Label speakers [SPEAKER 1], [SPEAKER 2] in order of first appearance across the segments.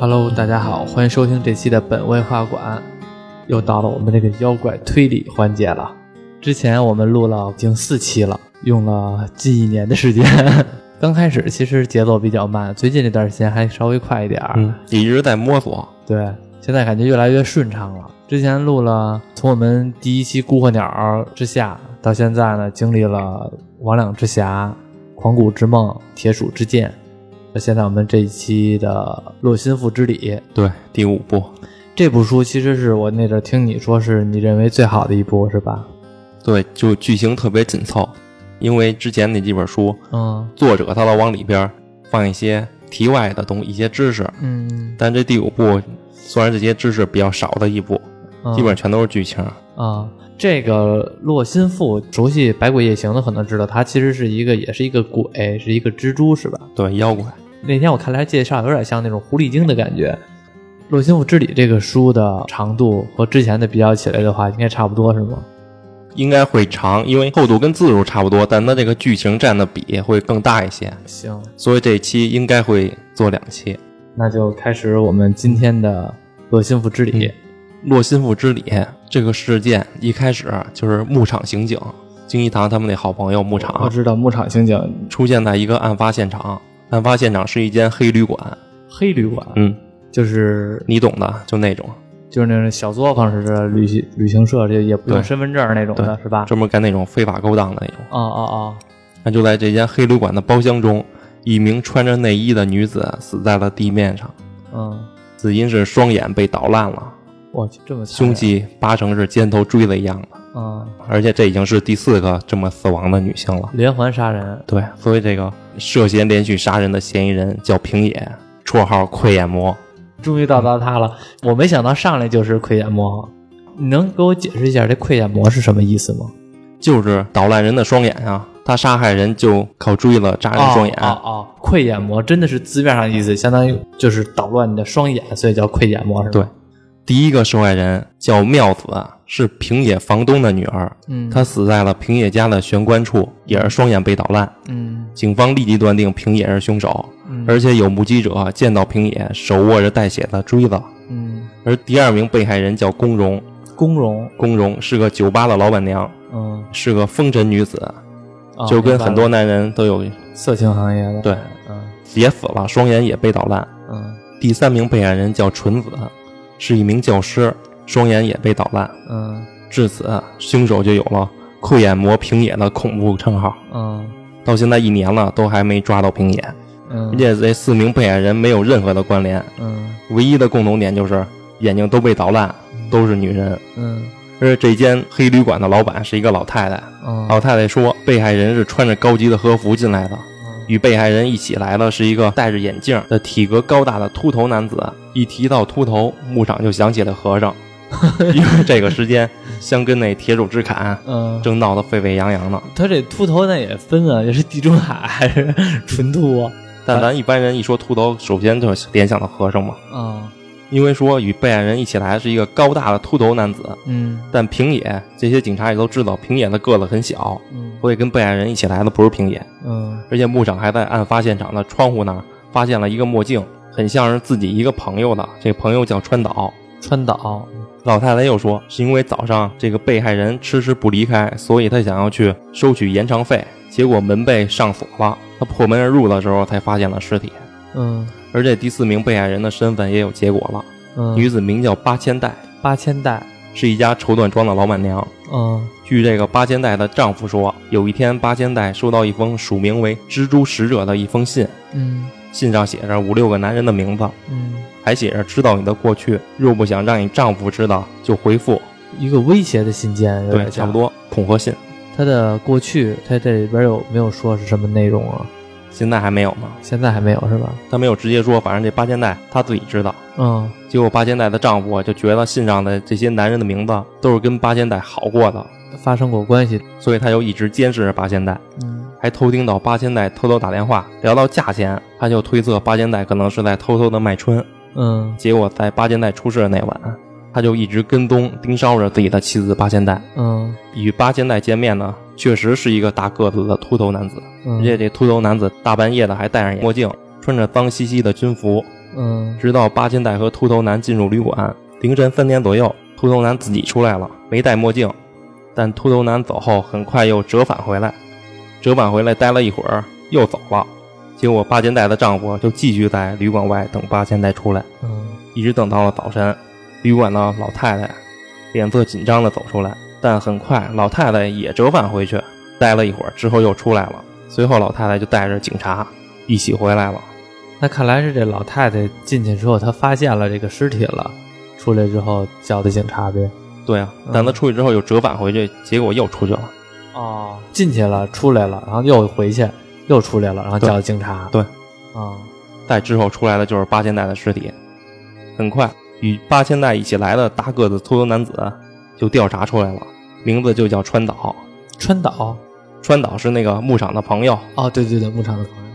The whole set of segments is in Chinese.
[SPEAKER 1] Hello，大家好，欢迎收听这期的本位画馆。又到了我们这个妖怪推理环节了。之前我们录了已经四期了，用了近一年的时间。 刚开始其实节奏比较慢，最近这段时间还稍微快一点儿。
[SPEAKER 2] 嗯，一直在摸索。
[SPEAKER 1] 对，现在感觉越来越顺畅了。之前录了，从我们第一期《孤火鸟儿之下》到现在呢，经历了《魍魉之匣》《狂骨之梦》《铁杵之剑》，那现在我们这一期的《洛心腹之礼》
[SPEAKER 2] 对，第五部，
[SPEAKER 1] 这部书，其实是我那阵儿听你说是你认为最好的一部，是吧？
[SPEAKER 2] 对，就剧情特别紧凑，因为之前那几本书，
[SPEAKER 1] 嗯
[SPEAKER 2] 作者他老往里边放一些题外的东一些知识，
[SPEAKER 1] 嗯，
[SPEAKER 2] 但这第五部算是这些知识比较少的一部，基本上全都是剧情。
[SPEAKER 1] 嗯啊、这个洛心腹，熟悉《百鬼夜行》的可能知道，它其实是一个，也是一个鬼，是一个蜘蛛，是吧？
[SPEAKER 2] 对，妖怪，
[SPEAKER 1] 那天我看来介绍有点像那种狐狸精的感觉。《洛心腹之礼》这个书的长度和之前的比较起来的话，应该差不多是吗？
[SPEAKER 2] 应该会长，因为厚度跟字数差不多，但它这个剧情占的比会更大一些，
[SPEAKER 1] 行，
[SPEAKER 2] 所以这期应该会做两期。
[SPEAKER 1] 那就开始我们今天的《洛心腹之
[SPEAKER 2] 嗯
[SPEAKER 1] 礼》
[SPEAKER 2] 洛心腹之礼这个事件一开始就是牧场刑警京一堂他们那好朋友牧场，
[SPEAKER 1] 我知道牧场刑警
[SPEAKER 2] 出现在一个案发现场，案发现场是一间黑旅馆，
[SPEAKER 1] 黑旅馆，
[SPEAKER 2] 嗯，
[SPEAKER 1] 就是
[SPEAKER 2] 你懂的，就那种
[SPEAKER 1] 就是那种小作坊似的旅行旅行社，这也不用
[SPEAKER 2] 对
[SPEAKER 1] 身份证那种的，是吧？
[SPEAKER 2] 专门干那种非法勾当的那种。
[SPEAKER 1] 哦哦
[SPEAKER 2] 那就在这间黑旅馆的包厢中，一名穿着内衣的女子死在了地面上，
[SPEAKER 1] 哦，嗯，
[SPEAKER 2] 死因是双眼被捣烂了，
[SPEAKER 1] 我去，这么残
[SPEAKER 2] 凶
[SPEAKER 1] 忍，
[SPEAKER 2] 器八成是尖头锥子一样的，
[SPEAKER 1] 嗯，
[SPEAKER 2] 而且这已经是第四个这么死亡的女性了。
[SPEAKER 1] 连环杀人，
[SPEAKER 2] 对，所以这个涉嫌连续杀人的嫌疑人叫平野，绰号溃眼魔。
[SPEAKER 1] 终于到达他了。我没想到上来就是溃眼魔，你能给我解释一下这溃眼魔是什么意思吗？
[SPEAKER 2] 就是捣烂人的双眼啊，他杀害人就靠锥子扎人双眼。
[SPEAKER 1] 哦哦哦，溃眼魔真的是字面上的意思，相当于就是捣乱你的双眼，所以叫溃眼魔，是吧？
[SPEAKER 2] 对，第一个受害人叫妙子，啊是平野房东的女儿，
[SPEAKER 1] 嗯，
[SPEAKER 2] 她死在了平野家的玄关处，也是双眼被捣烂。
[SPEAKER 1] 嗯
[SPEAKER 2] 警方立即断定平野是凶手，
[SPEAKER 1] 嗯
[SPEAKER 2] 而且有目击者见到平野手握着带血的锥子。
[SPEAKER 1] 嗯，
[SPEAKER 2] 而第二名被害人叫宫荣，
[SPEAKER 1] 工容，
[SPEAKER 2] 宫荣是个酒吧的老板娘，
[SPEAKER 1] 嗯，
[SPEAKER 2] 是个风尘女子，
[SPEAKER 1] 啊
[SPEAKER 2] 就跟
[SPEAKER 1] 明白
[SPEAKER 2] 很
[SPEAKER 1] 了
[SPEAKER 2] 多男人都有
[SPEAKER 1] 色情行业的，
[SPEAKER 2] 对，
[SPEAKER 1] 嗯
[SPEAKER 2] 也死了，双眼也被捣烂。
[SPEAKER 1] 嗯
[SPEAKER 2] 第三名被害人叫纯子，是一名教师，双眼也被捣烂。
[SPEAKER 1] 嗯
[SPEAKER 2] 至此，凶手就有了“溃眼魔平野”的恐怖称号。
[SPEAKER 1] 嗯
[SPEAKER 2] 到现在一年了，都还没抓到平野，
[SPEAKER 1] 嗯，
[SPEAKER 2] 而且这四名被害人没有任何的关联，
[SPEAKER 1] 嗯
[SPEAKER 2] 唯一的共同点就是眼睛都被捣烂，都是女人。
[SPEAKER 1] 嗯
[SPEAKER 2] 而这间黑旅馆的老板是一个老太太，
[SPEAKER 1] 嗯，
[SPEAKER 2] 老太太说，被害人是穿着高级的和服进来的，与被害人一起来的是一个戴着眼镜的体格高大的秃头男子。啊一提到秃头，牧场就想起了和尚， 因为这个时间香根那铁杵之砍啊
[SPEAKER 1] 嗯，
[SPEAKER 2] 正闹得沸沸扬扬呢。
[SPEAKER 1] 他这秃头那也分啊，也是地中海还是纯秃啊？
[SPEAKER 2] 但咱一般人一说秃头，首先就联想到和尚嘛，
[SPEAKER 1] 啊，
[SPEAKER 2] 因为说与被害人一起来是一个高大的秃头男子。
[SPEAKER 1] 嗯
[SPEAKER 2] 但平野这些警察也都知道，平野的个子很小，
[SPEAKER 1] 嗯
[SPEAKER 2] 所以跟被害人一起来的不是平野，
[SPEAKER 1] 嗯
[SPEAKER 2] 而且牧场还在案发现场的窗户那儿发现了一个墨镜，很像是自己一个朋友的。这朋友叫川岛。
[SPEAKER 1] 川岛，
[SPEAKER 2] 老太太又说，是因为早上这个被害人迟迟不离开，所以她想要去收取延长费，结果门被上锁了。她破门而入的时候，才发现了尸体。
[SPEAKER 1] 嗯
[SPEAKER 2] 而且第四名被害人的身份也有结果了，
[SPEAKER 1] 嗯，
[SPEAKER 2] 女子名叫八千代，
[SPEAKER 1] 八千代，
[SPEAKER 2] 是一家绸缎庄的老板娘。
[SPEAKER 1] 嗯
[SPEAKER 2] 据这个八千代的丈夫说，有一天八千代收到一封署名为“蜘蛛使者”的一封信，
[SPEAKER 1] 嗯
[SPEAKER 2] 信上写着五六个男人的名字，
[SPEAKER 1] 嗯，
[SPEAKER 2] 还写着知道你的过去，若不想让你丈夫知道，就回复。
[SPEAKER 1] 一个威胁的信件，有
[SPEAKER 2] 对，
[SPEAKER 1] 点
[SPEAKER 2] 差
[SPEAKER 1] 像
[SPEAKER 2] 不。多恐吓信，
[SPEAKER 1] 他的过去，他这里边有没有说是什么内容啊？
[SPEAKER 2] 现在还没有呢。
[SPEAKER 1] 现在还没有是吧？
[SPEAKER 2] 他没有直接说，反正这八千代她自己知道。
[SPEAKER 1] 嗯
[SPEAKER 2] 结果八千代的丈夫就觉得信上的这些男人的名字都是跟八千代好过的，
[SPEAKER 1] 发生过关系，
[SPEAKER 2] 所以他就一直监视着八千代，
[SPEAKER 1] 嗯
[SPEAKER 2] 还偷听到八千代偷偷打电话聊到价钱，他就推测八千代可能是在偷偷的卖春。
[SPEAKER 1] 嗯
[SPEAKER 2] 结果在八千代出事的那晚，他就一直跟踪盯梢着自己的妻子八千代。
[SPEAKER 1] 嗯
[SPEAKER 2] 与八千代见面呢，确实是一个大个子的秃头男子，而且
[SPEAKER 1] 嗯
[SPEAKER 2] 这秃头男子大半夜的还戴上墨镜，穿着脏兮兮的军服，
[SPEAKER 1] 嗯
[SPEAKER 2] 直到八千代和秃头男进入旅馆，凌晨三点左右，秃头男自己出来了，没戴墨镜。但秃头男走后，很快又折返回来，折返回来待了一会儿，又走了。结果八千代的丈夫就继续在旅馆外等八千代出来，
[SPEAKER 1] 嗯
[SPEAKER 2] 一直等到了早晨。旅馆的老太太脸色紧张地走出来，但很快老太太也折返回去，待了一会儿之后又出来了。随后老太太就带着警察一起回来了。
[SPEAKER 1] 那看来是这老太太进去之后，她发现了这个尸体了，出来之后叫的警察呗。
[SPEAKER 2] 对啊
[SPEAKER 1] 嗯，
[SPEAKER 2] 但他出去之后又折返回去，结果又出去了。
[SPEAKER 1] 哦，进去了，出来了，然后又回去，又出来了，然后叫的警察。
[SPEAKER 2] 对
[SPEAKER 1] 啊，
[SPEAKER 2] 再之后出来的就是八千代的尸体。很快，与八千代一起来的大个子秃头男子就调查出来了，名字就叫川岛。
[SPEAKER 1] 川岛。
[SPEAKER 2] 川岛是那个牧场的朋友，
[SPEAKER 1] 哦，对对对，牧场的朋友。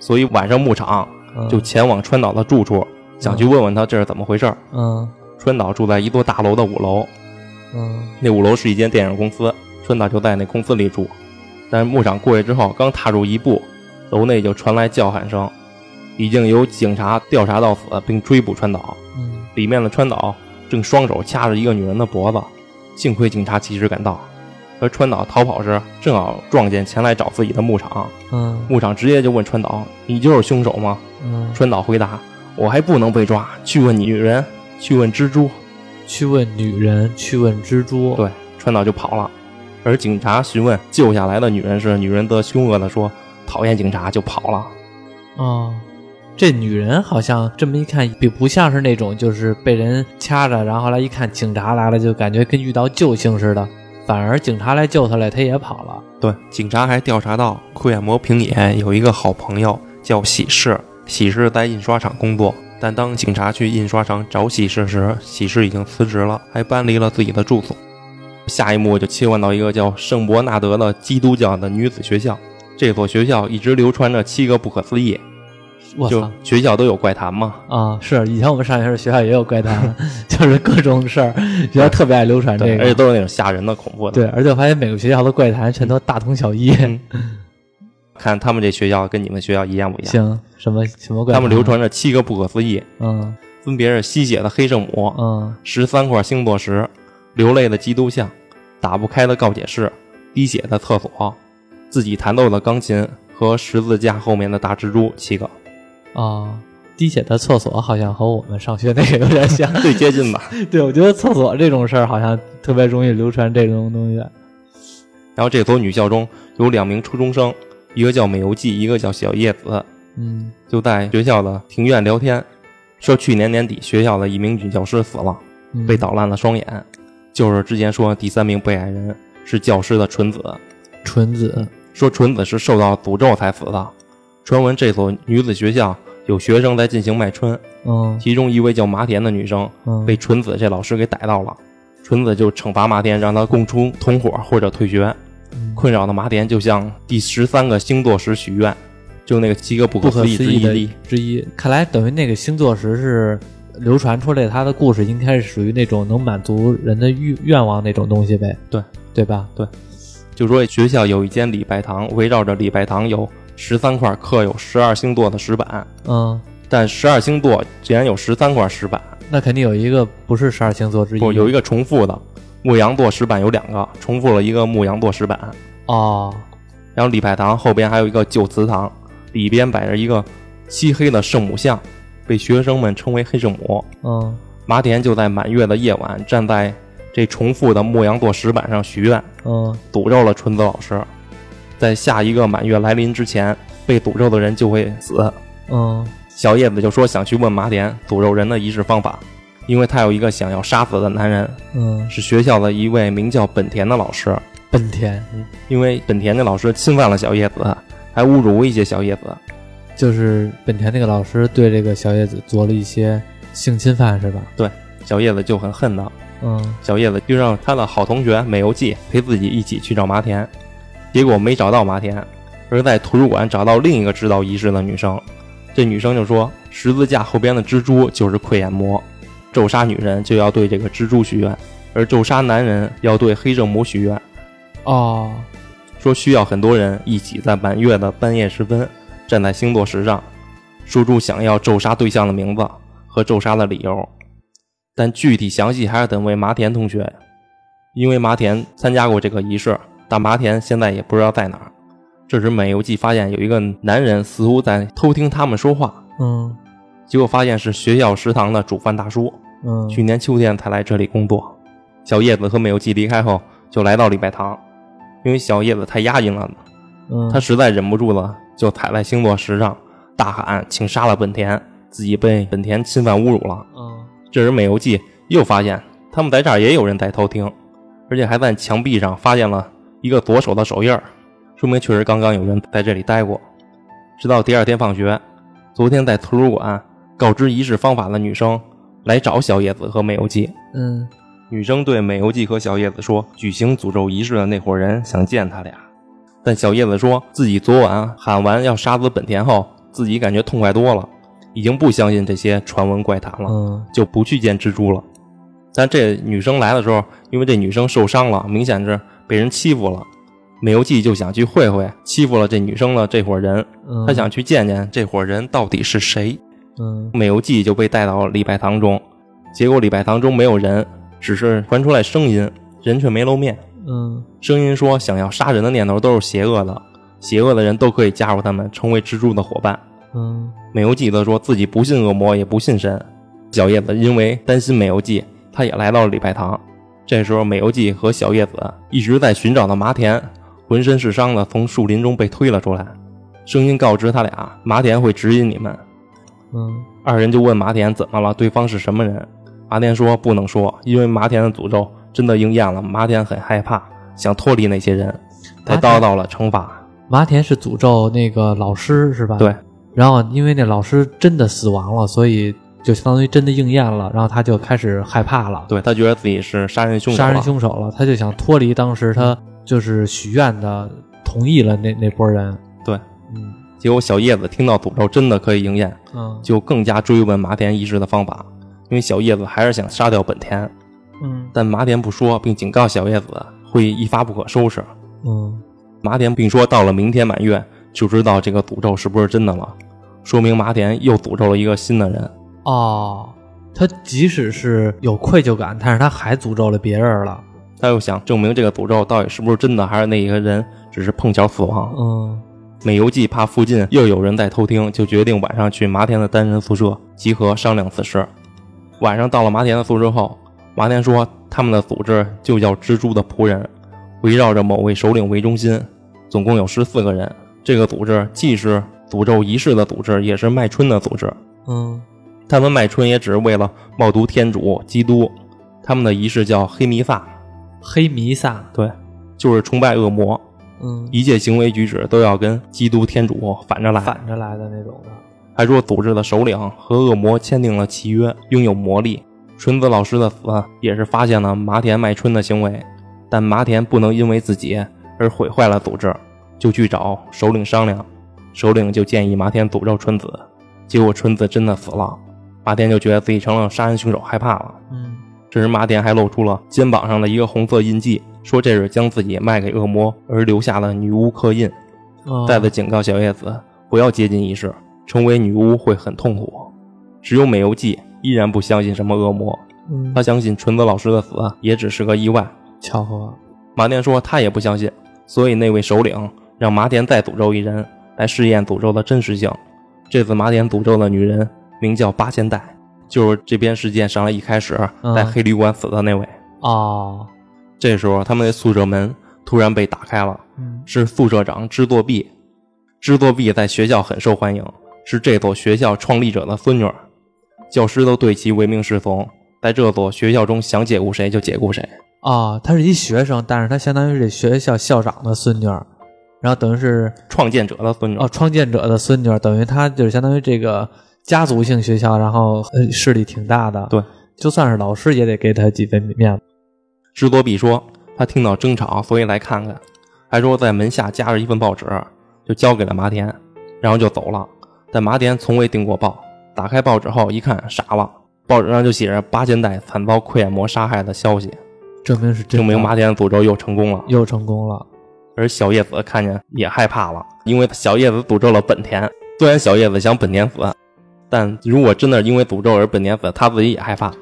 [SPEAKER 2] 所以晚上牧场
[SPEAKER 1] 嗯
[SPEAKER 2] 就前往川岛的住处，想去问问他这是怎么回事儿。
[SPEAKER 1] 嗯
[SPEAKER 2] 川岛住在一座大楼的五楼，
[SPEAKER 1] 嗯
[SPEAKER 2] 那五楼是一间电影公司，川岛就在那公司里住。但是牧场过去之后，刚踏入一步，楼内就传来叫喊声，已经有警察调查到此，并追捕川岛。
[SPEAKER 1] 嗯
[SPEAKER 2] 里面的川岛正双手掐着一个女人的脖子，幸亏警察及时赶到。而川岛逃跑时，正好撞见前来找自己的牧场，
[SPEAKER 1] 嗯
[SPEAKER 2] 牧场直接就问川岛：“你就是凶手吗
[SPEAKER 1] 嗯？”，
[SPEAKER 2] 川岛回答：“我还不能被抓，去问女人，去问蜘蛛。
[SPEAKER 1] 去问女人，去问蜘”蛛。，
[SPEAKER 2] 对，川岛就跑了。而警察询问救下来的女人时，女人则凶恶地说：“讨厌警察，就跑了。
[SPEAKER 1] 哦，这女人好像这么一看，比不像是那种就是被人掐着，然后后来一看警察来了，就感觉跟遇到救星似的。反而警察来救她了，她也跑了。”
[SPEAKER 2] 对，警察还调查到库亚摩平野有一个好朋友叫喜事，喜事在印刷厂工作，但当警察去印刷厂找喜事时，喜事已经辞职了，还搬离了自己的住所。下一幕就切换到一个叫圣伯纳德的基督教的女子学校，这所学校一直流传着七个不可思议，
[SPEAKER 1] 我
[SPEAKER 2] 就
[SPEAKER 1] 操！
[SPEAKER 2] 学校都有怪谈嘛。
[SPEAKER 1] 啊，是以前我们上学时学校也有怪 谈，就是各种事儿，学校特别爱流传
[SPEAKER 2] 对，
[SPEAKER 1] 这
[SPEAKER 2] 而且
[SPEAKER 1] 个。
[SPEAKER 2] 都是那种吓人的、恐怖的。
[SPEAKER 1] 对，而且我发现每个学校的怪谈全都大同小异。
[SPEAKER 2] 嗯 看他们这学校跟你们学校一样不一样？
[SPEAKER 1] 行，什么什么怪
[SPEAKER 2] 他
[SPEAKER 1] 谈？
[SPEAKER 2] 们流，传着七个不可思议，
[SPEAKER 1] 嗯
[SPEAKER 2] 分别是吸血的黑圣母、
[SPEAKER 1] 嗯
[SPEAKER 2] 十三块星座石，流泪的基督像，打不开的告解室，滴血的厕所，自己弹奏的钢琴和十字架后面的大蜘蛛七个，
[SPEAKER 1] 啊，滴血的厕所好像和我们上学那个有点像。
[SPEAKER 2] 最接近吧。
[SPEAKER 1] 对，我觉得厕所这种事儿好像特别容易流传这种东西。
[SPEAKER 2] 然后这所女校中有两名初中生，一个叫美游纪，一个叫小叶子，
[SPEAKER 1] 嗯
[SPEAKER 2] 就在学校的庭院聊天，说去年年底学校的一名女教师死了，
[SPEAKER 1] 嗯，
[SPEAKER 2] 被捣烂了双眼，就是之前说的第三名被害人是教师的纯子。
[SPEAKER 1] 纯子，
[SPEAKER 2] 说纯子是受到诅咒才死的。传闻这所女子学校有学生在进行卖春，
[SPEAKER 1] 嗯
[SPEAKER 2] 其中一位叫麻田的女生
[SPEAKER 1] 嗯，
[SPEAKER 2] 被纯子这老师给逮到了，纯子就惩罚麻田，让他供出同伙或者退学。
[SPEAKER 1] 嗯
[SPEAKER 2] 困扰的麻田就向第十三个星座时许愿，就那个七个不
[SPEAKER 1] 不
[SPEAKER 2] 可
[SPEAKER 1] 可
[SPEAKER 2] 思议
[SPEAKER 1] 思
[SPEAKER 2] 之
[SPEAKER 1] 议
[SPEAKER 2] 一
[SPEAKER 1] 的
[SPEAKER 2] 例。
[SPEAKER 1] 之一。看来等于那个星座石是流传出来，它的故事应该是属于那种能满足人的欲愿望那种东西呗。
[SPEAKER 2] 对，
[SPEAKER 1] 对吧？
[SPEAKER 2] 就说学校有一间礼拜堂，围绕着礼拜堂有十三块刻有十二星座的石板，
[SPEAKER 1] 嗯，
[SPEAKER 2] 但十二星座竟然有十三块石板，
[SPEAKER 1] 那肯定有一个不是十二星座之一。
[SPEAKER 2] 不，有一
[SPEAKER 1] 个
[SPEAKER 2] 个重复的，牧羊座石板有两个，重复了一个牧羊座石板。
[SPEAKER 1] 哦，
[SPEAKER 2] 然后礼拜堂后边还有一个旧祠堂，里边摆着一个漆黑的圣母像，被学生们称为黑圣母。
[SPEAKER 1] 嗯
[SPEAKER 2] 麻田就在满月的夜晚，站在这重复的牧羊座石板上许愿，
[SPEAKER 1] 嗯
[SPEAKER 2] 诅咒了春子老师。在下一个满月来临之前，被诅咒的人就会死。
[SPEAKER 1] 嗯
[SPEAKER 2] 小叶子就说想去问麻田诅咒人的仪式方法，因为他有一个想要杀死的男人，
[SPEAKER 1] 嗯，
[SPEAKER 2] 是学校的一位名叫本田的老师，
[SPEAKER 1] 本田
[SPEAKER 2] 因为本田那老师侵犯了小叶子，还侮辱威胁小叶子。
[SPEAKER 1] 就是本田那个老师对这个小叶子做了一些性侵犯，是吧？
[SPEAKER 2] 小叶子就很恨他，
[SPEAKER 1] 嗯
[SPEAKER 2] 小叶子就让他的好同学美游纪陪自己一起去找麻田，结果没找到麻田，而在图书馆找到另一个指导仪式的女生。这女生就说，十字架后边的蜘蛛就是溃眼魔，咒杀女人就要对这个蜘蛛许愿，而咒杀男人要对黑圣母许愿。
[SPEAKER 1] 哦
[SPEAKER 2] 说需要很多人一起在满月的半夜时分站在星座石上，说出想要咒杀对象的名字和咒杀的理由，但具体详细还是得问麻田同学，因为麻田参加过这个仪式，但麻田现在也不知道在哪儿。这时美游纪发现有一个男人似乎在偷听他们说话，
[SPEAKER 1] 嗯
[SPEAKER 2] 结果发现是学校食堂的煮饭大叔，
[SPEAKER 1] 嗯，
[SPEAKER 2] 去年秋天才来这里工作。小叶子和美游纪离开后，就来到礼拜堂，因为小叶子太压抑了，
[SPEAKER 1] 嗯
[SPEAKER 2] 他实在忍不住了，就踩在星座石上，大喊：“请杀了本田！”自己被本田侵犯侮辱了。
[SPEAKER 1] 嗯
[SPEAKER 2] 这时美游纪又发现他们在这儿也有人在偷听，而且还在墙壁上发现了一个左手的手印儿，说明确实刚刚有人在这里待过。直到第二天放学，昨天在图书馆告知仪式方法的女生来找小叶子和美游纪，
[SPEAKER 1] 嗯
[SPEAKER 2] 女生对美游纪和小叶子说，举行诅咒仪式的那伙人想见他俩，但小叶子说自己昨晚喊完要杀死本田后，自己感觉痛快多了，已经不相信这些传闻怪谈了。
[SPEAKER 1] 嗯
[SPEAKER 2] 就不去见蜘蛛了。但这女生来的时候，因为这女生受伤了，明显是被人欺负了。美游纪就想去会会欺负了这女生的这伙人，
[SPEAKER 1] 嗯，
[SPEAKER 2] 他想去见见这伙人到底是谁。
[SPEAKER 1] 嗯
[SPEAKER 2] 美游纪就被带到礼拜堂中，结果礼拜堂中没有人，只是传出来声音，人却没露面。
[SPEAKER 1] 嗯
[SPEAKER 2] 声音说，想要杀人的念头都是邪恶的，邪恶的人都可以加入他们，成为蜘蛛的伙伴。
[SPEAKER 1] 嗯
[SPEAKER 2] 美游记则说自己不信恶魔，也不信神。小叶子因为担心美游记，他也来到了礼拜堂。这时候，美游记和小叶子一直在寻找的麻田，浑身是伤的从树林中被推了出来。声音告知他俩，麻田会指引你们。
[SPEAKER 1] 嗯
[SPEAKER 2] 二人就问麻田怎么了，对方是什么人。麻田说不能说，因为麻田的诅咒真的应验了。麻田很害怕，想脱离那些人，才
[SPEAKER 1] 麻田
[SPEAKER 2] 遭到了惩罚。
[SPEAKER 1] 麻田是诅咒那个老师是吧？
[SPEAKER 2] 对。
[SPEAKER 1] 然后因为那老师真的死亡了，所以就相当于真的应验了，然后他就开始害怕了，
[SPEAKER 2] 对他觉得自己是杀人凶手了，
[SPEAKER 1] 杀人凶手了，他就想脱离当时他就是许愿的，同意了那那波人。
[SPEAKER 2] 对，
[SPEAKER 1] 嗯
[SPEAKER 2] 结果小叶子听到诅咒真的可以应验，
[SPEAKER 1] 嗯
[SPEAKER 2] 就更加追问麻田医师的方法，因为小叶子还是想杀掉本田，
[SPEAKER 1] 嗯
[SPEAKER 2] 但麻田不说，并警告小叶子会一发不可收拾。
[SPEAKER 1] 嗯
[SPEAKER 2] 麻田并说，到了明天满月就知道这个诅咒是不是真的了，说明麻田又诅咒了一个新的人。
[SPEAKER 1] 哦，他即使是有愧疚感，但是他还诅咒了别人了。
[SPEAKER 2] 他又想证明这个诅咒到底是不是真的，还是那一个人只是碰巧死亡。
[SPEAKER 1] 嗯
[SPEAKER 2] 美游记怕附近又有人在偷听，就决定晚上去麻田的单人宿舍集合商量此事。晚上到了麻田的宿舍后，麻田说他们的组织就叫蜘蛛的仆人，围绕着某位首领为中心，总共有十四个人。这个组织既是诅咒仪式的组织，也是卖春的组织。
[SPEAKER 1] 嗯
[SPEAKER 2] 他们卖春也只是为了冒读天主基督，他们的仪式叫黑弥撒，
[SPEAKER 1] 黑弥撒，
[SPEAKER 2] 对，就是崇拜恶魔，
[SPEAKER 1] 嗯，
[SPEAKER 2] 一切行为举止都要跟基督天主反着来。
[SPEAKER 1] 反着来的那种的。
[SPEAKER 2] 还说组织的首领和恶魔签订了契约，拥有魔力。纯子老师的死也是发现了麻田卖春的行为，但麻田不能因为自己而毁坏了组织，就去找首领商量。首领就建议麻田诅咒春子，结果春子真的死了。麻田就觉得自己成了杀人凶手，害怕了。
[SPEAKER 1] 嗯
[SPEAKER 2] 这时麻田还露出了肩膀上的一个红色印记，说这是将自己卖给恶魔而留下的女巫刻印。
[SPEAKER 1] 哦
[SPEAKER 2] 再次警告小叶子不要接近仪式，成为女巫会很痛苦。只有美游纪依然不相信什么恶魔，
[SPEAKER 1] 嗯
[SPEAKER 2] 他相信纯子老师的死也只是个意外。
[SPEAKER 1] 巧合。
[SPEAKER 2] 麻田说他也不相信，所以那位首领让麻田再诅咒一人来试验诅咒的真实性。这次麻田诅咒的女人名叫八千代，就是这边事件上来一开始
[SPEAKER 1] 嗯
[SPEAKER 2] 在黑旅馆死的那位。
[SPEAKER 1] 哦，
[SPEAKER 2] 这时候，他们的宿舍门突然被打开了，
[SPEAKER 1] 嗯
[SPEAKER 2] 是副社长织作弼。织作弼在学校很受欢迎，是这所学校创立者的孙女儿，教师都对其唯命是从。在这所学校中，想解雇谁就解雇谁。
[SPEAKER 1] 哦，他是一学生，但是他相当于是这学校校长的孙女儿，然后等于是
[SPEAKER 2] 创建者的孙女儿
[SPEAKER 1] 哦，创建者的孙女儿，等于他就是相当于这个家族性学校，然后呃势力挺大的。
[SPEAKER 2] 对，
[SPEAKER 1] 就算是老师也得给他几分面子。
[SPEAKER 2] 织多弼说，他听到争吵，所以来看看，还说在门下夹着一份报纸，就交给了麻田，然后就走了。但麻田从未订过报，打开报纸后一看，傻了，报纸上就写着八千代惨遭溃眼魔杀害的消息，
[SPEAKER 1] 证明是真
[SPEAKER 2] 证明
[SPEAKER 1] 的
[SPEAKER 2] 麻田的诅咒又成功了。
[SPEAKER 1] 又成功了。
[SPEAKER 2] 而小叶子看见也害怕了，因为小叶子诅咒了本田，虽然小叶子想本年死，但如果真的因为诅咒而本年死，他自己也害怕，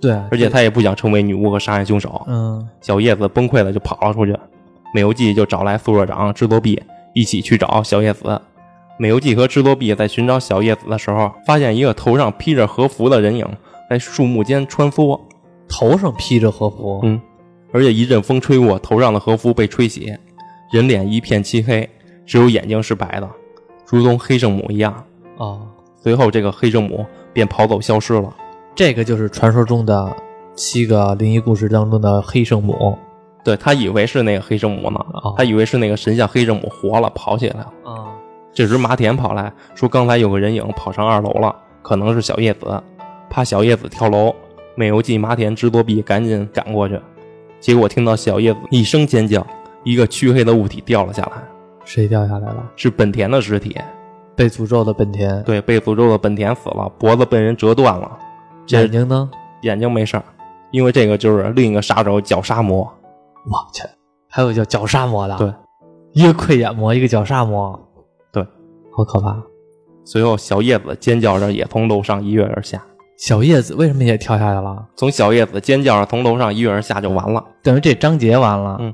[SPEAKER 1] 对，
[SPEAKER 2] 而且他也不想成为女巫和杀人凶手。
[SPEAKER 1] 嗯，
[SPEAKER 2] 小叶子崩溃了，就跑了出去。美游记就找来宿舍长制作壁一起去找小叶子。美游记和制作壁在寻找小叶子的时候，发现一个头上披着和服的人影在树木间穿梭，
[SPEAKER 1] 头上披着和服，
[SPEAKER 2] 嗯而且一阵风吹过，头上的和服被吹起，人脸一片漆黑，只有眼睛是白的，如同黑圣母一样。
[SPEAKER 1] 哦，
[SPEAKER 2] 随后，这个黑圣母便跑走消失了。
[SPEAKER 1] 这个就是传说中的七个灵异故事当中的黑圣母。
[SPEAKER 2] 对他以为是那个黑圣母呢，
[SPEAKER 1] 哦
[SPEAKER 2] 他以为是那个神像黑圣母活了，跑起来了。
[SPEAKER 1] 啊，
[SPEAKER 2] 这时马田跑来说，刚才有个人影跑上二楼了，可能是小叶子，怕小叶子跳楼。美游记马田知多臂赶紧赶过去，结果听到小叶子一声尖叫，一个黢黑的物体掉了下来，
[SPEAKER 1] 谁掉下来了？
[SPEAKER 2] 是本田的尸体。
[SPEAKER 1] 被诅咒的本田。
[SPEAKER 2] 对，被诅咒的本田死了，脖子被人折断了，这
[SPEAKER 1] 眼睛呢？
[SPEAKER 2] 眼睛没事儿，因为这个就是另一个杀手绞杀魔。
[SPEAKER 1] 我去，还有叫绞杀魔的，
[SPEAKER 2] 对，
[SPEAKER 1] 一个溃眼魔，一个绞杀魔，
[SPEAKER 2] 对，
[SPEAKER 1] 好可怕。
[SPEAKER 2] 随后，小叶子尖叫着也从楼上一跃而下，
[SPEAKER 1] 小叶子为什么也跳下来了？
[SPEAKER 2] 从小叶子尖叫着从楼上一跃而下就完了。
[SPEAKER 1] 等于这章节完了
[SPEAKER 2] 嗯，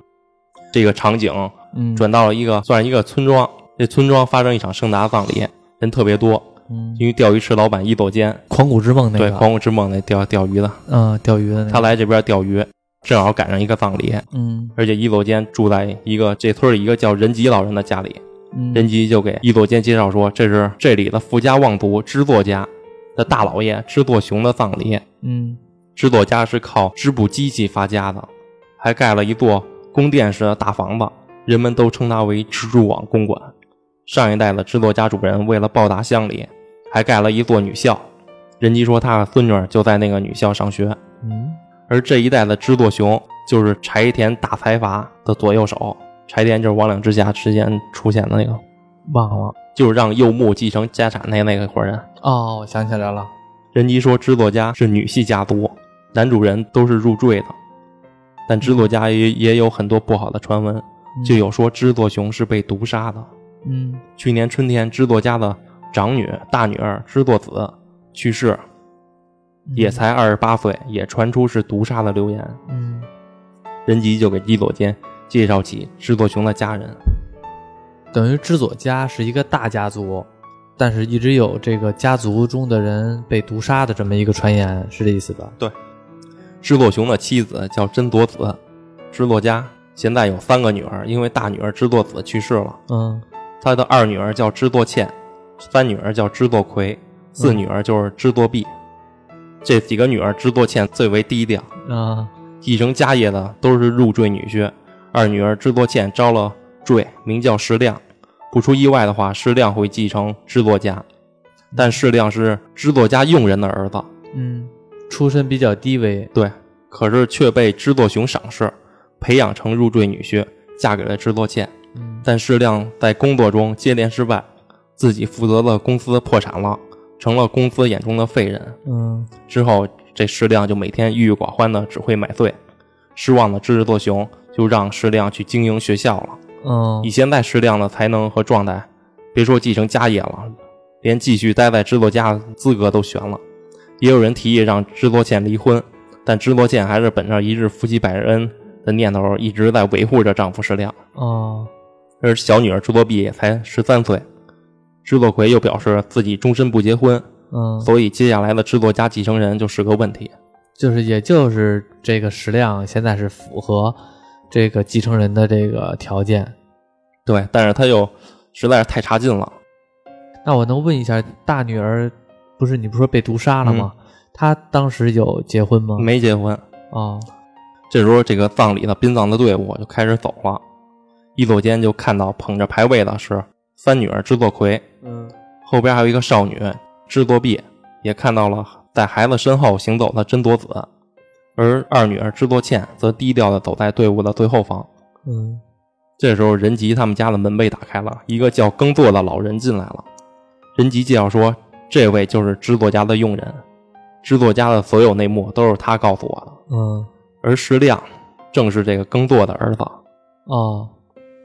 [SPEAKER 2] 这个场景
[SPEAKER 1] 嗯，
[SPEAKER 2] 转到了一个算是一个村庄，这村庄发生一场盛大的葬礼，人特别多，
[SPEAKER 1] 嗯
[SPEAKER 2] 因为钓鱼池老板一走间，
[SPEAKER 1] 狂骨之梦那
[SPEAKER 2] 对
[SPEAKER 1] 个，
[SPEAKER 2] 《狂舞之梦》那钓钓鱼的，
[SPEAKER 1] 嗯，钓鱼的那个，
[SPEAKER 2] 他来这边钓鱼，正好赶上一个葬礼，
[SPEAKER 1] 嗯，
[SPEAKER 2] 而且一走间住在一个这村里一个叫仁吉老人的家里，
[SPEAKER 1] 嗯
[SPEAKER 2] 人吉就给一佐间介绍说，这是这里的富家望族织作家的大老爷织作雄的葬礼。
[SPEAKER 1] 嗯
[SPEAKER 2] 织作家是靠织布机器发家的，还盖了一座宫殿式的大房子，人们都称它为蜘蛛网公馆。上一代的织作家主人为了报答乡里，还盖了一座女校。人吉说他的孙女儿就在那个女校上学，
[SPEAKER 1] 嗯，
[SPEAKER 2] 而这一代的织作雄就是柴田大财阀的左右手。柴田就是王两之下之前出现的那个
[SPEAKER 1] 忘了
[SPEAKER 2] 就是让柚木继承家产那那个伙人。啊
[SPEAKER 1] 哦，我想起来了，
[SPEAKER 2] 人吉说，制作家是女系家族，男主人都是入赘的，但制作家也也有很多不好的传闻，
[SPEAKER 1] 嗯
[SPEAKER 2] 就有说制作雄是被毒杀的。
[SPEAKER 1] 嗯
[SPEAKER 2] 去年春天，制作家的长女、大女儿制作子去世，也才二十八岁，也传出是毒杀的流言。
[SPEAKER 1] 嗯
[SPEAKER 2] 人吉就给伊佐间介绍起制作雄的家人，
[SPEAKER 1] 等于知佐家是一个大家族，但是一直有这个家族中的人被毒杀的这么一个传言，是这意思吧？
[SPEAKER 2] 制作雄的妻子叫真佐子，制作家现在有三个女儿，因为大女儿制作子去世了，
[SPEAKER 1] 嗯
[SPEAKER 2] 他的二女儿叫制作倩，三女儿叫制作葵，四女儿就是制作碧。这几个女儿，制作倩最为低调，
[SPEAKER 1] 啊
[SPEAKER 2] 继承家业的都是入赘女婿。二女儿制作倩招了赘，名叫石亮。不出意外的话，石亮会继承制作家，但石亮是制作家佣人的儿子，
[SPEAKER 1] 嗯，出身比较低微，
[SPEAKER 2] 对，可是却被制作雄赏识，培养成入赘女婿，嫁给了制作倩。
[SPEAKER 1] 嗯
[SPEAKER 2] 但适量在工作中接连失败，自己负责的公司破产了，成了公司眼中的废人。
[SPEAKER 1] 嗯
[SPEAKER 2] 之后，这适量就每天郁郁寡欢的只会买醉。失望的知识作雄就让适量去经营学校了。
[SPEAKER 1] 嗯
[SPEAKER 2] 以现在适量的才能和状态，别说继承家业了，连继续待在制作家的资格都悬了。也有人提议让制作倩离婚，但制作倩还是本着一日夫妻百日恩的念头，一直在维护着丈夫适量。
[SPEAKER 1] 哦
[SPEAKER 2] 而小女儿朱多碧也才十三岁。制作奎又表示自己终身不结婚，
[SPEAKER 1] 嗯，
[SPEAKER 2] 所以接下来的制作家继承人就是个问题。
[SPEAKER 1] 就是也就是这个食量现在是符合这个继承人的这个条件。
[SPEAKER 2] 对，但是他又实在是太差劲了。
[SPEAKER 1] 那我能问一下，大女儿不是你不是说被毒杀了吗？她当时有结婚吗？
[SPEAKER 2] 没结婚。
[SPEAKER 1] 哦，
[SPEAKER 2] 这时候，这个葬礼的殡葬的队伍就开始走了。一走间就看到捧着牌位的是三女儿制作奎，
[SPEAKER 1] 嗯
[SPEAKER 2] 后边还有一个少女制作碧，也看到了在孩子身后行走的真佐子，而二女儿制作倩则低调的走在队伍的最后方。
[SPEAKER 1] 嗯
[SPEAKER 2] 这时候，任吉他们家的门被打开了，一个叫耕作的老人进来了。任吉介绍说，这位就是制作家的佣人，制作家的所有内幕都是他告诉我的。
[SPEAKER 1] 嗯
[SPEAKER 2] 而石亮正是这个耕作的儿子，
[SPEAKER 1] 哦，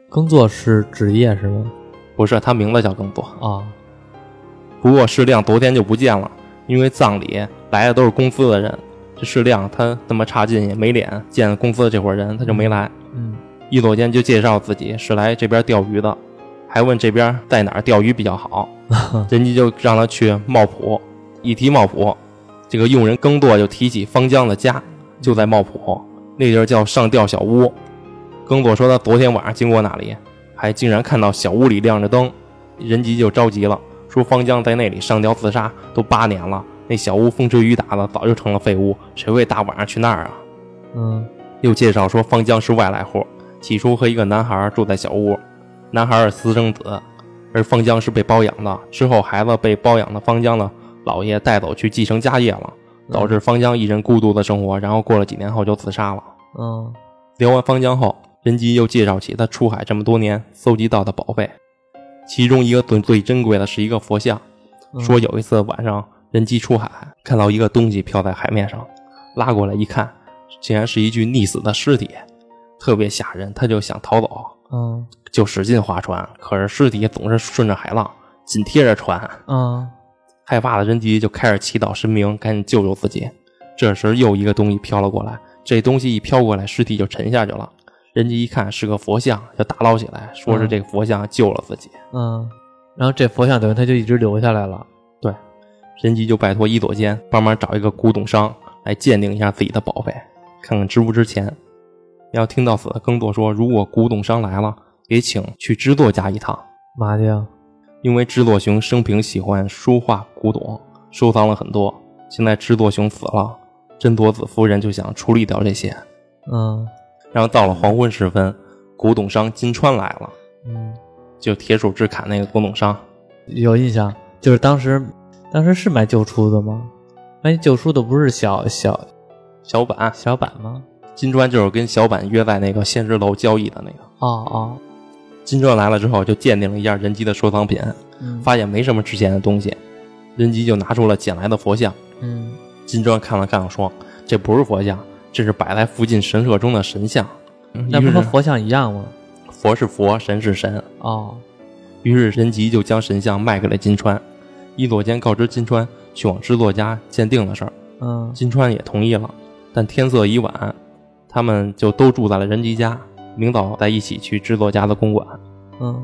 [SPEAKER 1] 耕作是职业是吗？
[SPEAKER 2] 不是他名字叫耕作。
[SPEAKER 1] 啊、哦，
[SPEAKER 2] 不过适量昨天就不见了，因为葬礼来的都是公司的人，这适量他他妈差劲也没脸见公司的这伙人，他就没来。
[SPEAKER 1] 嗯，
[SPEAKER 2] 一走间就介绍自己是来这边钓鱼的，还问这边在哪儿钓鱼比较好，人家就让他去茂浦。一提茂浦，这个佣人耕作就提起方江的家，就在茂浦，那地儿叫上吊小屋。耕作说他昨天晚上经过那里，还竟然看到小屋里亮着灯，人急就着急了，说方江在那里上吊自杀都八年了，那小屋风吹雨打的早就成了废屋，谁会大晚上去那儿啊？
[SPEAKER 1] 嗯
[SPEAKER 2] 又介绍说方江是外来户，起初和一个男孩住在小屋，男孩是私生子，而方江是被包养的。之后孩子被包养的方江呢，姥爷带走去继承家业了，导致方江一人孤独的生活。然后过了几年后就自杀了。
[SPEAKER 1] 嗯
[SPEAKER 2] 聊完方江后，任吉又介绍起他出海这么多年搜集到的宝贝，其中一个最最珍贵的是一个佛像。
[SPEAKER 1] 嗯
[SPEAKER 2] 说有一次晚上人机出海，看到一个东西漂在海面上，拉过来一看，竟然是一具溺死的尸体，特别吓人。他就想逃走，
[SPEAKER 1] 嗯
[SPEAKER 2] 就使劲划船，可是尸体总是顺着海浪紧贴着船，
[SPEAKER 1] 嗯
[SPEAKER 2] 害怕的人机就开始祈祷神明赶紧救救自己。这时又一个东西飘了过来，这东西一飘过来，尸体就沉下去了。人机一看是个佛像，就打捞起来，说是这个佛像救了自己。
[SPEAKER 1] 嗯，然后这佛像等于他就一直留下来了。
[SPEAKER 2] 神机就拜托伊佐间帮忙找一个古董商来鉴定一下自己的宝贝，看看值不值钱。要听到此，耕作说，如果古董商来了，也请去制作家一趟，
[SPEAKER 1] 麻将，
[SPEAKER 2] 因为制作熊生平喜欢书画古董，收藏了很多。现在制作熊死了，真佐子夫人就想处理掉这些。
[SPEAKER 1] 嗯
[SPEAKER 2] 然后到了黄昏时分，古董商金川来了，
[SPEAKER 1] 嗯，
[SPEAKER 2] 就铁杵制砍那个古董商，
[SPEAKER 1] 有印象，就是当时当时是买旧书的吗？买旧书的不是小小
[SPEAKER 2] 小板。
[SPEAKER 1] 小版吗？
[SPEAKER 2] 金川就是跟小板约在那个仙石楼交易的那个。
[SPEAKER 1] 哦哦，
[SPEAKER 2] 金川来了之后，就鉴定了一下人机的收藏品，
[SPEAKER 1] 嗯
[SPEAKER 2] 发现没什么值钱的东西。人机就拿出了捡来的佛像，
[SPEAKER 1] 嗯
[SPEAKER 2] 金川看了看，说：“这不是佛像，这是摆在附近神社中的神像。嗯”
[SPEAKER 1] 那
[SPEAKER 2] 于
[SPEAKER 1] 不
[SPEAKER 2] 是
[SPEAKER 1] 和佛像一样吗？
[SPEAKER 2] 佛是佛，神是神。
[SPEAKER 1] 哦，
[SPEAKER 2] 于是人吉就将神像卖给了金川。伊佐间告知金川去往制作家鉴定的事儿，
[SPEAKER 1] 嗯
[SPEAKER 2] 金川也同意了。但天色已晚，他们就都住在了人吉家，明早再一起去制作家的公馆。
[SPEAKER 1] 嗯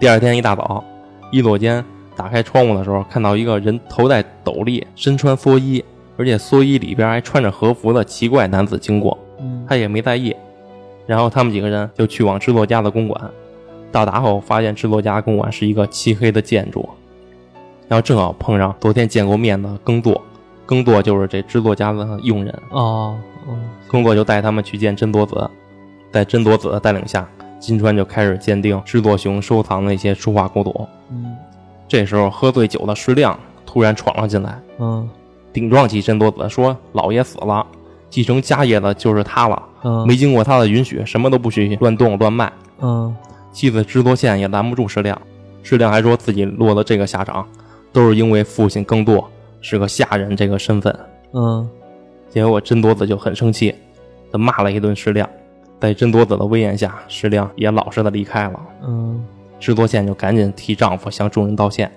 [SPEAKER 2] 第二天一大早，伊佐间打开窗户的时候，看到一个人头戴斗笠，身穿蓑衣，而且蓑衣里边还穿着和服的奇怪男子经过，
[SPEAKER 1] 嗯
[SPEAKER 2] 他也没在意。然后他们几个人就去往制作家的公馆。到达后，发现制作家的公馆是一个漆黑的建筑，然后正好碰上昨天见过面的耕作，耕作就是这制作家的佣人，
[SPEAKER 1] 哦嗯
[SPEAKER 2] 工作就带他们去见真佐子，在真佐子的带领下，金川就开始鉴定制作熊收藏的一些书画古董。
[SPEAKER 1] 嗯
[SPEAKER 2] 这时候，喝醉酒的石亮突然闯了进来，
[SPEAKER 1] 嗯
[SPEAKER 2] 顶撞起真佐子，说：“老爷死了，继承家业的就是他了，
[SPEAKER 1] 嗯
[SPEAKER 2] 没经过他的允许，什么都不许乱动乱卖。
[SPEAKER 1] 嗯”
[SPEAKER 2] 妻子知多线也拦不住石亮，石亮还说自己落了这个下场，都是因为父亲耕作是个下人这个身份。
[SPEAKER 1] 嗯
[SPEAKER 2] 结果真多子就很生气，他骂了一顿石亮。在真多子的威严下，石亮也老实的离开了。
[SPEAKER 1] 嗯
[SPEAKER 2] 知作宪就赶紧替丈夫向众人道歉。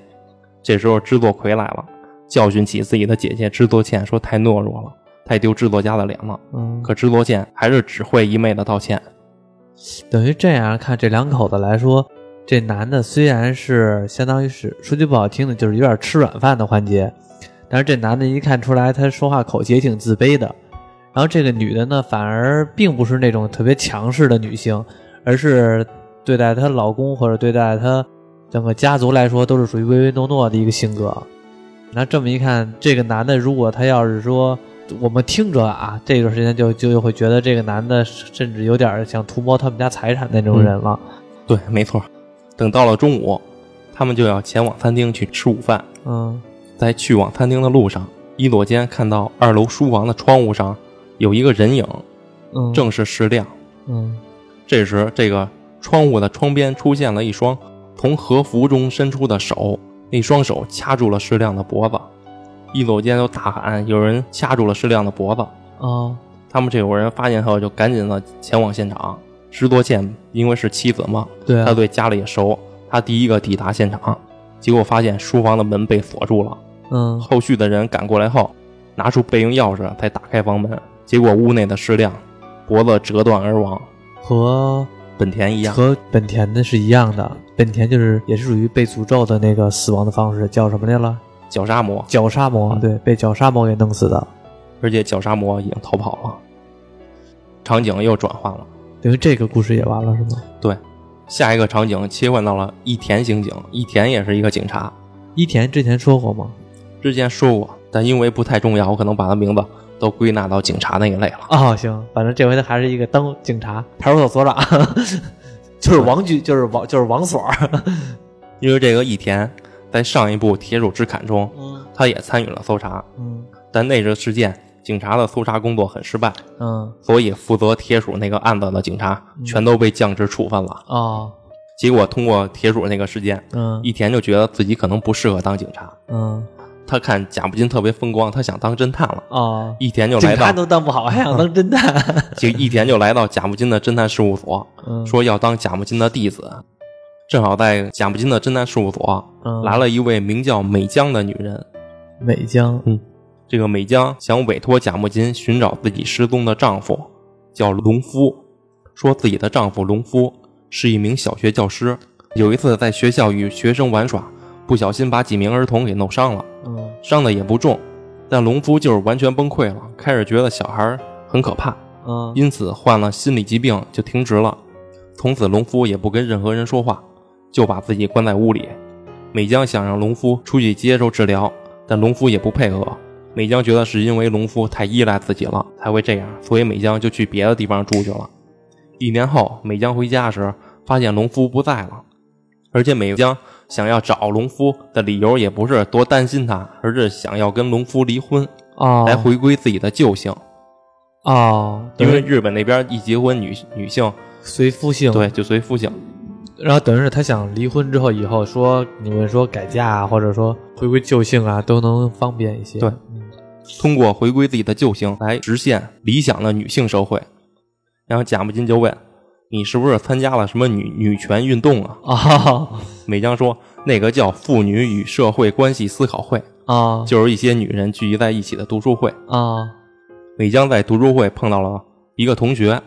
[SPEAKER 2] 这时候知作奎来了，教训起自己的姐姐知作倩，说太懦弱了，太丢知作家的脸了。
[SPEAKER 1] 嗯，
[SPEAKER 2] 可知作倩还是只会一昧的道歉。
[SPEAKER 1] 等于这样看这两口子来说，这男的虽然是相当于是说句不好听的，就是有点吃软饭的环节，但是这男的一看出来他说话口气也挺自卑的，然后这个女的呢反而并不是那种特别强势的女性，而是对待她老公或者对待她整个家族来说都是属于唯唯诺诺的一个性格。那这么一看，这个男的如果他要是说我们听着啊，这段时间就就会觉得这个男的甚至有点想图谋他们家财产那种人了。
[SPEAKER 2] 对，没错。等到了中午，他们就要前往餐厅去吃午饭。
[SPEAKER 1] 嗯
[SPEAKER 2] 在去往餐厅的路上，伊佐间看到二楼书房的窗户上有一个人影，
[SPEAKER 1] 嗯，
[SPEAKER 2] 正是石亮。
[SPEAKER 1] 嗯
[SPEAKER 2] 这时，这个窗户的窗边出现了一双从和服中伸出的手，那双手掐住了石亮的脖子。一走间就大喊：“有人掐住了石亮的脖子
[SPEAKER 1] 哦！”
[SPEAKER 2] 他们这伙人发现后，就赶紧的前往现场。石多茜因为是妻子嘛，
[SPEAKER 1] 对
[SPEAKER 2] 她
[SPEAKER 1] 啊，
[SPEAKER 2] 对家里也熟，她第一个抵达现场。结果发现书房的门被锁住了。
[SPEAKER 1] 嗯，
[SPEAKER 2] 后续的人赶过来后，拿出备用钥匙才打开房门，结果屋内的矢量，脖子折断而亡。
[SPEAKER 1] 和
[SPEAKER 2] 本田一样，
[SPEAKER 1] 和本田的是一样的，本田就是也是属于被诅咒的那个死亡的方式，叫什么来了？
[SPEAKER 2] 绞杀魔，
[SPEAKER 1] 绞杀魔，
[SPEAKER 2] 嗯
[SPEAKER 1] 对，被绞杀魔给弄死的。
[SPEAKER 2] 而且绞杀魔已经逃跑了。场景又转换了，
[SPEAKER 1] 等于这个故事也完了是吗？
[SPEAKER 2] 对，下一个场景切换到了一田刑警，一田也是一个警察，
[SPEAKER 1] 伊田之前说过吗？
[SPEAKER 2] 之前说过，但因为不太重要，我可能把他名字都归纳到警察那一类了。
[SPEAKER 1] 啊、行，反正这回他还是一个当警察，派出所所长， 就是王局，就是王，就是王所。
[SPEAKER 2] 因为这个一田在上一部《铁手之砍》中，
[SPEAKER 1] 嗯
[SPEAKER 2] 他也参与了搜查，
[SPEAKER 1] 嗯
[SPEAKER 2] 但那个事件警察的搜查工作很失败，
[SPEAKER 1] 嗯
[SPEAKER 2] 所以负责铁鼠那个案子的警察全都被降职处分了。
[SPEAKER 1] 哦
[SPEAKER 2] 结果通过铁鼠那个事件，
[SPEAKER 1] 嗯
[SPEAKER 2] 一田就觉得自己可能不适合当警察。
[SPEAKER 1] 嗯
[SPEAKER 2] 他看贾木金特别风光，他想当侦探了。
[SPEAKER 1] 哦，
[SPEAKER 2] 一田就
[SPEAKER 1] 警
[SPEAKER 2] 来
[SPEAKER 1] 察
[SPEAKER 2] 到，
[SPEAKER 1] 都当不好，还想当侦探？
[SPEAKER 2] 就一田就来到贾木金的侦探事务所，
[SPEAKER 1] 嗯
[SPEAKER 2] 说要当贾木金的弟子。正好在贾木金的侦探事务所
[SPEAKER 1] 嗯
[SPEAKER 2] 来了一位名叫美江的女人。
[SPEAKER 1] 美江，
[SPEAKER 2] 这个美江想委托贾木金寻找自己失踪的丈夫，叫龙夫，说自己的丈夫龙夫是一名小学教师，有一次在学校与学生玩耍，不小心把几名儿童给弄伤了，
[SPEAKER 1] 嗯
[SPEAKER 2] 伤的也不重，但龙夫就是完全崩溃了，开始觉得小孩儿很可怕，
[SPEAKER 1] 嗯
[SPEAKER 2] 因此患了心理疾病就停职了。从此，农夫也不跟任何人说话，就把自己关在屋里。美江想让农夫出去接受治疗，但农夫也不配合。美江觉得是因为农夫太依赖自己了才会这样，所以美江就去别的地方住去了。一年后，美江回家时发现农夫不在了，而且美江想要找农夫的理由也不是多担心他，而是想要跟农夫离婚，
[SPEAKER 1] 哦
[SPEAKER 2] 来回归自己的旧姓。
[SPEAKER 1] 哦，
[SPEAKER 2] 因
[SPEAKER 1] 等
[SPEAKER 2] 为
[SPEAKER 1] 于
[SPEAKER 2] 日本那边一结婚女女性
[SPEAKER 1] 随夫姓，
[SPEAKER 2] 对就随夫姓，
[SPEAKER 1] 然后等于是他想离婚之后，以后说你们说改嫁啊，或者说回归旧姓啊，都能方便一些。
[SPEAKER 2] 对
[SPEAKER 1] 嗯，
[SPEAKER 2] 通过回归自己的旧姓来实现理想的女性社会。然后贾木金就问：“你是不是参加了什么女女权运动啊
[SPEAKER 1] 啊？”
[SPEAKER 2] 美江说：“那个叫妇女与社会关系思考会，
[SPEAKER 1] 啊
[SPEAKER 2] 就是一些女人聚集在一起的读书会。
[SPEAKER 1] 啊”
[SPEAKER 2] 美江在读书会碰到了一个同学，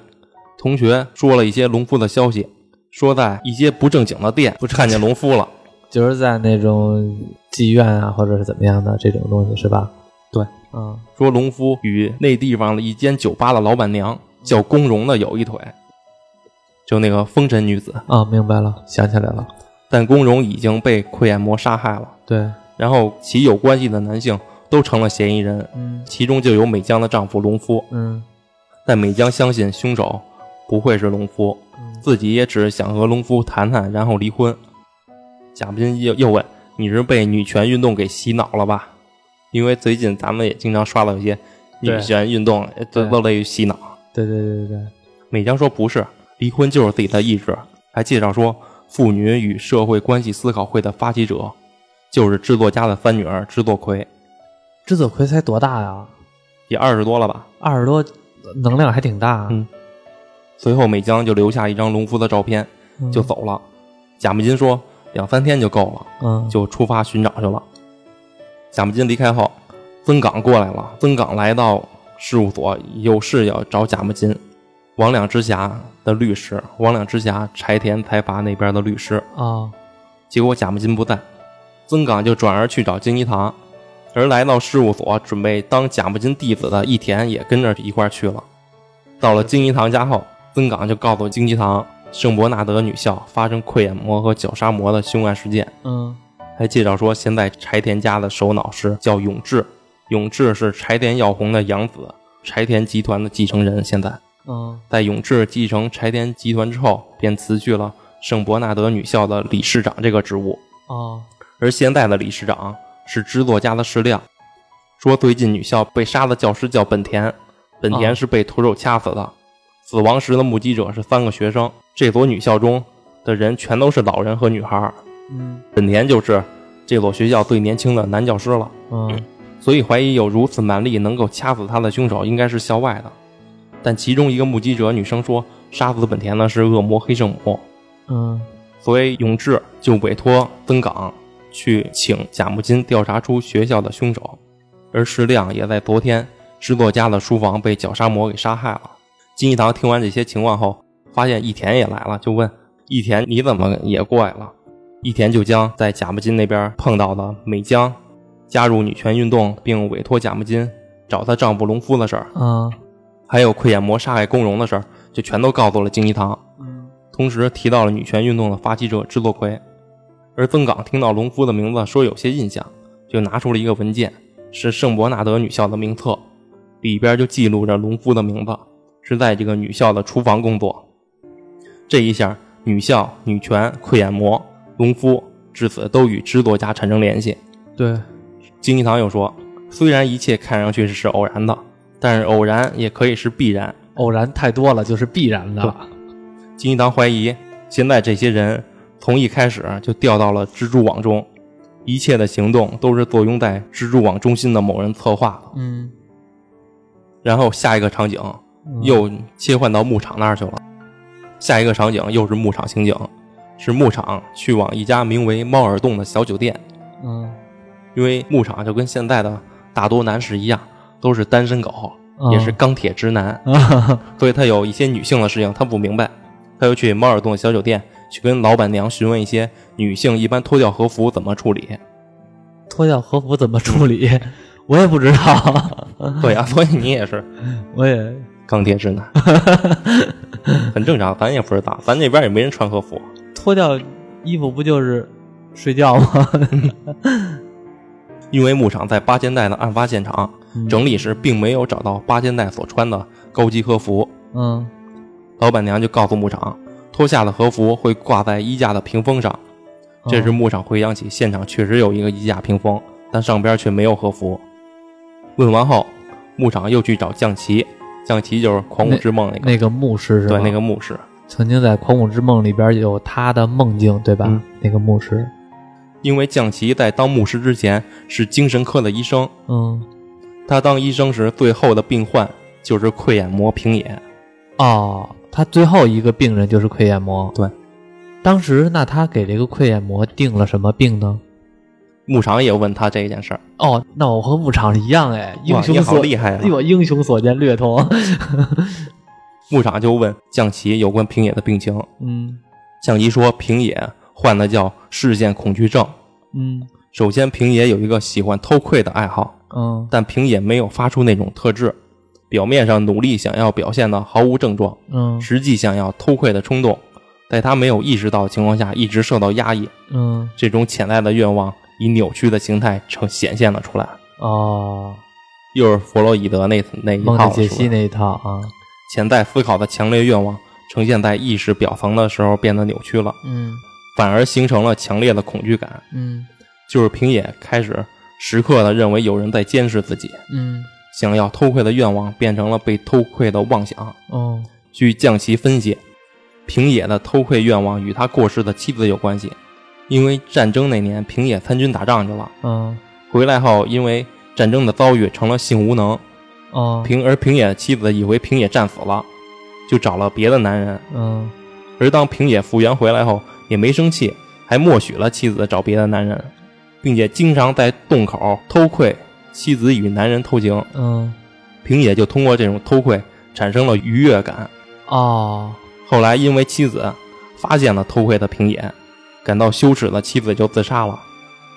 [SPEAKER 2] 同学说了一些农夫的消息，说在一些不正经的店
[SPEAKER 1] 不正经
[SPEAKER 2] 看见农夫了。
[SPEAKER 1] 就是在那种妓院啊，或者是怎么样的这种东西是吧？
[SPEAKER 2] 对，
[SPEAKER 1] 啊
[SPEAKER 2] 说农夫与那地方的一间酒吧的老板娘叫龚荣的有一腿，就那个风尘女子。
[SPEAKER 1] 啊，明白了，想起来了，
[SPEAKER 2] 但龚荣已经被溃疡魔杀害了，
[SPEAKER 1] 对，
[SPEAKER 2] 然后其有关系的男性都成了嫌疑人，
[SPEAKER 1] 嗯
[SPEAKER 2] 其中就有美江的丈夫农夫。
[SPEAKER 1] 嗯
[SPEAKER 2] 但美江相信凶手不会是农夫，
[SPEAKER 1] 嗯
[SPEAKER 2] 自己也只是想和农夫谈谈，然后离婚。贾木金又又问：“你是被女权运动给洗脑了吧？”因为最近咱们也经常刷到有些女
[SPEAKER 1] 对
[SPEAKER 2] 权运动呃都
[SPEAKER 1] 对
[SPEAKER 2] 都类于洗脑。
[SPEAKER 1] 对对对对对，
[SPEAKER 2] 美江说不是，离婚就是自己的意志。还介绍说，妇女与社会关系思考会的发起者就是制作家的三女儿制作葵，
[SPEAKER 1] 知子奎才多大呀？
[SPEAKER 2] 也二十多了吧。
[SPEAKER 1] 二十多，能量还挺大。啊
[SPEAKER 2] 嗯随后美江就留下一张农夫的照片
[SPEAKER 1] 嗯
[SPEAKER 2] 就走了。贾木金说两三天就够了，
[SPEAKER 1] 嗯
[SPEAKER 2] 就出发寻找去了。贾木金离开后，曾岗过来了。曾岗来到事务所，有事要找贾木金。王两之侠的律师，王两之侠柴田财阀那边的律师，
[SPEAKER 1] 啊
[SPEAKER 2] 结果贾木金不在，曾岗就转而去找金一堂，而来到事务所准备当贾木金弟子的一田也跟着一块儿去了。到了金一堂家后，曾岗就告诉金一堂，圣伯纳德女校发生溃疡魔和绞杀魔的凶案事件，
[SPEAKER 1] 嗯
[SPEAKER 2] 还介绍说现在柴田家的首脑是叫永志，永志是柴田耀弘的养子，柴田集团的继承人。现在
[SPEAKER 1] 嗯
[SPEAKER 2] 在永志继承柴田集团之后，便辞去了圣伯纳德女校的理事长这个职务。
[SPEAKER 1] 啊
[SPEAKER 2] 而现在的理事长是制作家的石亮，说最近女校被杀的教师叫本田，本田
[SPEAKER 1] 啊
[SPEAKER 2] 是被徒手掐死的，死亡时的目击者是三个学生。这所女校中的人全都是老人和女孩儿，
[SPEAKER 1] 嗯
[SPEAKER 2] 本田就是这所学校最年轻的男教师了，
[SPEAKER 1] 嗯
[SPEAKER 2] 所以怀疑有如此蛮力能够掐死他的凶手应该是校外的。但其中一个目击者女生说，杀死本田的是恶魔黑圣母，
[SPEAKER 1] 嗯
[SPEAKER 2] 所以永志就委托曾岗去请贾木金调查出学校的凶手，而石亮也在昨天石作家的书房被绞杀魔给杀害了。金一堂听完这些情况后，发现义田也来了，就问义田你怎么也过来了？义田就将在贾木金那边碰到的美江加入女权运动，并委托贾木金找她丈夫龙夫的事儿，
[SPEAKER 1] 啊，
[SPEAKER 2] 还有溃眼魔杀害宫荣的事儿，就全都告诉了金一堂。
[SPEAKER 1] 嗯，
[SPEAKER 2] 同时提到了女权运动的发起者制作奎。而曾岗听到农夫的名字，说有些印象，就拿出了一个文件，是圣伯纳德女校的名册，里边就记录着农夫的名字是在这个女校的厨房工作。这一下，女校、女权、溃眼魔、农夫至此都与制作家产生联系。
[SPEAKER 1] 对，
[SPEAKER 2] 金一堂又说，虽然一切看上去是偶然的，但是偶然也可以是必然。
[SPEAKER 1] 偶然太多了，就是必然的了。
[SPEAKER 2] 金一堂怀疑，现在这些人从一开始就掉到了蜘蛛网中，一切的行动都是坐拥在蜘蛛网中心的某人策划的。
[SPEAKER 1] 嗯，
[SPEAKER 2] 然后下一个场景
[SPEAKER 1] 嗯
[SPEAKER 2] 又切换到牧场那儿去了，下一个场景又是牧场情景，是牧场去往一家名为猫耳洞的小酒店，
[SPEAKER 1] 嗯，
[SPEAKER 2] 因为牧场啊就跟现在的大多男士一样，都是单身狗，
[SPEAKER 1] 嗯
[SPEAKER 2] 也是钢铁直 男。
[SPEAKER 1] 啊，
[SPEAKER 2] 所以他有一些女性的事情他不明白，他就去猫耳洞小酒店去跟老板娘询问一些女性一般脱掉和服怎么处理。
[SPEAKER 1] 脱掉和服怎么处理？ 我也不知道，
[SPEAKER 2] 对啊，所以你也是
[SPEAKER 1] 我也
[SPEAKER 2] 钢铁 直男，很正常，咱也不知道，咱那边也没人穿和服。
[SPEAKER 1] 脱掉衣服不就是睡觉吗？
[SPEAKER 2] 因为牧场在八千代的案发现场
[SPEAKER 1] 嗯
[SPEAKER 2] 整理时，并没有找到八千代所穿的高级和服，
[SPEAKER 1] 嗯
[SPEAKER 2] 老板娘就告诉牧场，脱下的和服会挂在衣架的屏风上。这
[SPEAKER 1] 嗯
[SPEAKER 2] 时牧场回想起现场确实有一个衣架屏风，但上边却没有和服。问完后，牧场又去找将棋，将棋就是《狂舞之梦》那个，
[SPEAKER 1] 那个牧师是吧？
[SPEAKER 2] 对那个牧师。
[SPEAKER 1] 曾经在《狂舞之梦》里边有他的梦境，对吧？
[SPEAKER 2] 嗯
[SPEAKER 1] 那个牧师，
[SPEAKER 2] 因为将棋在当牧师之前是精神科的医生，
[SPEAKER 1] 嗯，
[SPEAKER 2] 他当医生时最后的病患就是溃眼魔平野。
[SPEAKER 1] 哦，他最后一个病人就是溃眼魔。
[SPEAKER 2] 对，
[SPEAKER 1] 当时那他给这个溃眼魔定了什么病呢？
[SPEAKER 2] 牧场也问他这一件事儿，
[SPEAKER 1] 哦，那我和牧场一样哎，英
[SPEAKER 2] 哇你
[SPEAKER 1] 雄
[SPEAKER 2] 好
[SPEAKER 1] 所
[SPEAKER 2] 厉害啊！
[SPEAKER 1] 我英雄所见略同。
[SPEAKER 2] 牧场就问将棋有关平野的病情，
[SPEAKER 1] 嗯
[SPEAKER 2] 将棋说平野患的叫视线恐惧症。
[SPEAKER 1] 嗯
[SPEAKER 2] 首先，平野有一个喜欢偷窥的爱好，
[SPEAKER 1] 嗯
[SPEAKER 2] 但平野没有发出那种特质，表面上努力想要表现的毫无症状，
[SPEAKER 1] 嗯
[SPEAKER 2] 实际想要偷窥的冲动，在他没有意识到的情况下一直受到压抑，
[SPEAKER 1] 嗯，
[SPEAKER 2] 这种潜在的愿望以扭曲的形态呈显现了出来。
[SPEAKER 1] 哦，
[SPEAKER 2] 又是弗洛伊德那那一
[SPEAKER 1] 梦
[SPEAKER 2] 套
[SPEAKER 1] 的
[SPEAKER 2] 的
[SPEAKER 1] 解
[SPEAKER 2] 书
[SPEAKER 1] 析那一套啊。
[SPEAKER 2] 潜在思考的强烈愿望呈现在意识表层的时候变得扭曲了，
[SPEAKER 1] 嗯
[SPEAKER 2] 反而形成了强烈的恐惧感，
[SPEAKER 1] 嗯
[SPEAKER 2] 就是平野开始时刻的认为有人在监视自己，
[SPEAKER 1] 嗯
[SPEAKER 2] 想要偷窥的愿望变成了被偷窥的妄想。
[SPEAKER 1] 哦
[SPEAKER 2] 据将棋分析，平野的偷窥愿望与他过世的妻子有关系，因为战争那年平野参军打仗去了，
[SPEAKER 1] 嗯
[SPEAKER 2] 回来后因为战争的遭遇成了性无能，
[SPEAKER 1] 哦
[SPEAKER 2] 平而平野的妻子以为平野战死了，就找了别的男人，
[SPEAKER 1] 嗯
[SPEAKER 2] 而当平野复原回来后也没生气，还默许了妻子找别的男人，并且经常在洞口偷窥妻子与男人偷情，
[SPEAKER 1] 嗯
[SPEAKER 2] 平野就通过这种偷窥产生了愉悦感。
[SPEAKER 1] 哦
[SPEAKER 2] 后来因为妻子发现了偷窥的平野，感到羞耻的妻子就自杀了。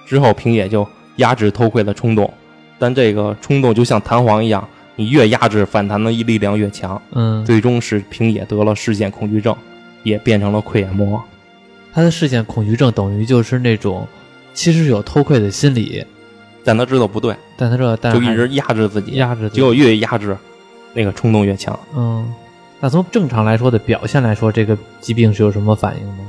[SPEAKER 2] 之后平野就压制偷窥的冲动，但这个冲动就像弹簧一样，你越压制，反弹的力量越强，
[SPEAKER 1] 嗯，
[SPEAKER 2] 最终使平野得了视线恐惧症，也变成了溃眼魔。
[SPEAKER 1] 他的视线恐惧症等于就是那种其实是有偷窥的心理，
[SPEAKER 2] 但他知道不对，
[SPEAKER 1] 但他这但
[SPEAKER 2] 就
[SPEAKER 1] 还
[SPEAKER 2] 一直压制自己，
[SPEAKER 1] 压制自己
[SPEAKER 2] 结果越压制，那个冲动越强。
[SPEAKER 1] 嗯。那从正常来说的表现来说，这个疾病是有什么反应吗？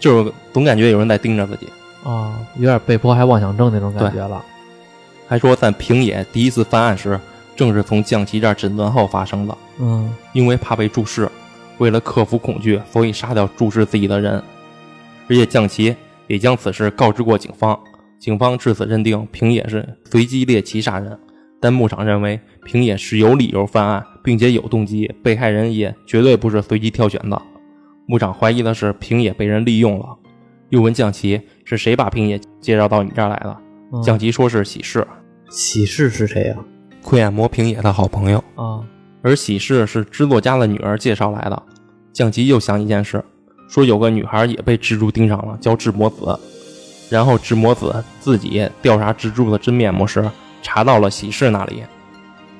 [SPEAKER 2] 就是总感觉有人在盯着自己。
[SPEAKER 1] 啊、有点被迫害妄想症那种感
[SPEAKER 2] 对
[SPEAKER 1] 觉了。
[SPEAKER 2] 还说在平野第一次犯案时，正是从将棋这儿诊断后发生的。
[SPEAKER 1] 嗯
[SPEAKER 2] 因为怕被注视，为了克服恐惧，所以杀掉注视自己的人。而且将棋也将此事告知过警方，警方至此认定平野是随机猎奇杀人，但牧场认为平野是有理由犯案，并且有动机，被害人也绝对不是随机挑选的。牧场怀疑的是平野被人利用了，又问将棋是谁把平野介绍到你这儿来的？
[SPEAKER 1] 嗯
[SPEAKER 2] 将其说是喜事，
[SPEAKER 1] 喜事是谁
[SPEAKER 2] 啊
[SPEAKER 1] 呀、
[SPEAKER 2] 窥眼魔平野的好朋友。
[SPEAKER 1] 啊？
[SPEAKER 2] 而喜事是织作家的女儿介绍来的。降吉又想一件事，说有个女孩也被蜘蛛盯上了，叫智魔子。然后智魔子自己调查蜘蛛的真面目时，查到了喜事那里。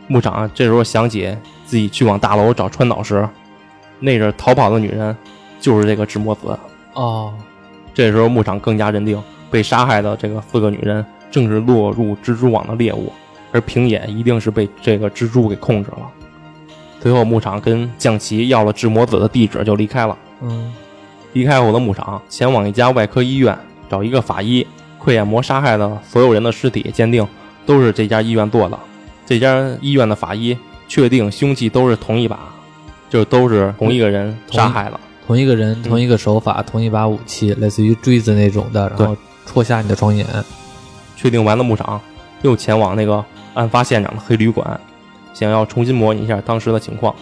[SPEAKER 2] 牧长这时候想起自己去往大楼找川岛时，那个逃跑的女人就是这个智魔子。
[SPEAKER 1] 哦，
[SPEAKER 2] 这时候牧场更加认定，被杀害的这个四个女人正是落入蜘蛛网的猎物，而平野一定是被这个蜘蛛给控制了。随后，牧场跟将棋要了智魔子的地址，就离开了。
[SPEAKER 1] 嗯
[SPEAKER 2] 离开后的牧场前往一家外科医院找一个法医，溃眼魔杀害的所有人的尸体鉴定都是这家医院做的。这家医院的法医确定凶器都是同一把，就是都是同一个人
[SPEAKER 1] 同一
[SPEAKER 2] 杀害了。
[SPEAKER 1] 同一个
[SPEAKER 2] 嗯
[SPEAKER 1] 人，同一个手法，同一把武器，类似于锥子那种的，然后戳瞎你的双眼。
[SPEAKER 2] 确定完了牧场，又前往那个案发现场的黑旅馆，想要重新模拟一下当时的情况，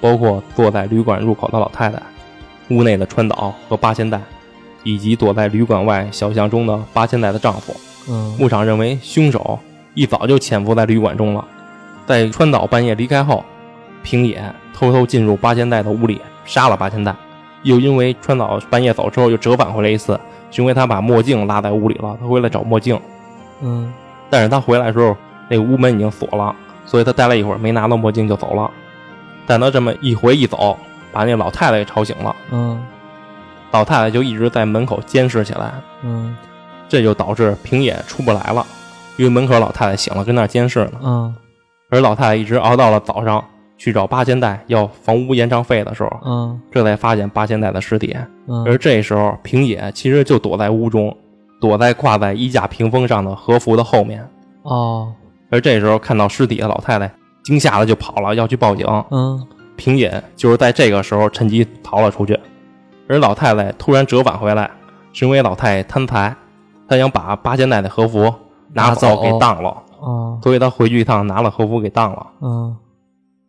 [SPEAKER 2] 包括坐在旅馆入口的老太太、屋内的川岛和八千代，以及躲在旅馆外小巷中的八千代的丈夫。
[SPEAKER 1] 嗯
[SPEAKER 2] 牧场认为凶手一早就潜伏在旅馆中了，在川岛半夜离开后，平野偷偷进入八千代的屋里杀了八千代，又因为川岛半夜走之后又折返回来一次，是因为他把墨镜落在屋里了，他回来找墨镜。
[SPEAKER 1] 嗯
[SPEAKER 2] 但是他回来的时候，那个屋门已经锁了，所以他待了一会儿没拿到墨镜就走了。但他这么一回一走，把那老太太给吵醒了，
[SPEAKER 1] 嗯
[SPEAKER 2] 老太太就一直在门口监视起来，
[SPEAKER 1] 嗯
[SPEAKER 2] 这就导致平野出不来了，因为门口老太太醒了，跟那儿监视呢。
[SPEAKER 1] 嗯
[SPEAKER 2] 而老太太一直熬到了早上去找八千代要房屋延长费的时候，
[SPEAKER 1] 嗯
[SPEAKER 2] 这才发现八千代的尸体。
[SPEAKER 1] 嗯，
[SPEAKER 2] 而这时候，平野其实就躲在屋中，躲在挂在衣架屏风上的和服的后面。
[SPEAKER 1] 哦，
[SPEAKER 2] 而这时候看到尸体的老太太惊吓的就跑了，要去报警。
[SPEAKER 1] 嗯
[SPEAKER 2] 平野就是在这个时候趁机逃了出去，而老太太突然折返回来，是因为老太太贪财，她想把八千代的和服拿
[SPEAKER 1] 拿
[SPEAKER 2] 走
[SPEAKER 1] 走
[SPEAKER 2] 给当了，
[SPEAKER 1] 哦
[SPEAKER 2] 所以她回去一趟拿了和服给当了，
[SPEAKER 1] 嗯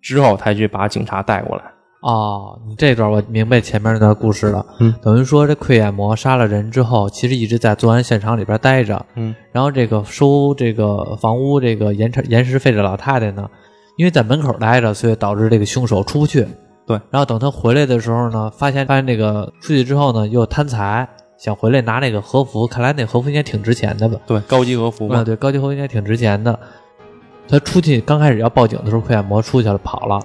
[SPEAKER 2] 之后才去把警察带过来。
[SPEAKER 1] 哦，你这段我明白前面那段故事了。
[SPEAKER 2] 嗯
[SPEAKER 1] 等于说这溃眼魔杀了人之后，其实一直在作案现场里边待着。
[SPEAKER 2] 嗯，
[SPEAKER 1] 然后这个收这个房屋这个延迟延时费的老太太呢，因为在门口待着，所以导致这个凶手出不去。
[SPEAKER 2] 对，
[SPEAKER 1] 然后等他回来的时候呢，发现发现这个出去之后呢，又贪财，想回来拿那个和服，看来那和服应该挺值钱的吧？
[SPEAKER 2] 对，高级和服
[SPEAKER 1] 啊，
[SPEAKER 2] 嘛，
[SPEAKER 1] 对，高级和服应该挺值钱的。他出去刚开始要报警的时候，溃眼魔出去了，跑了。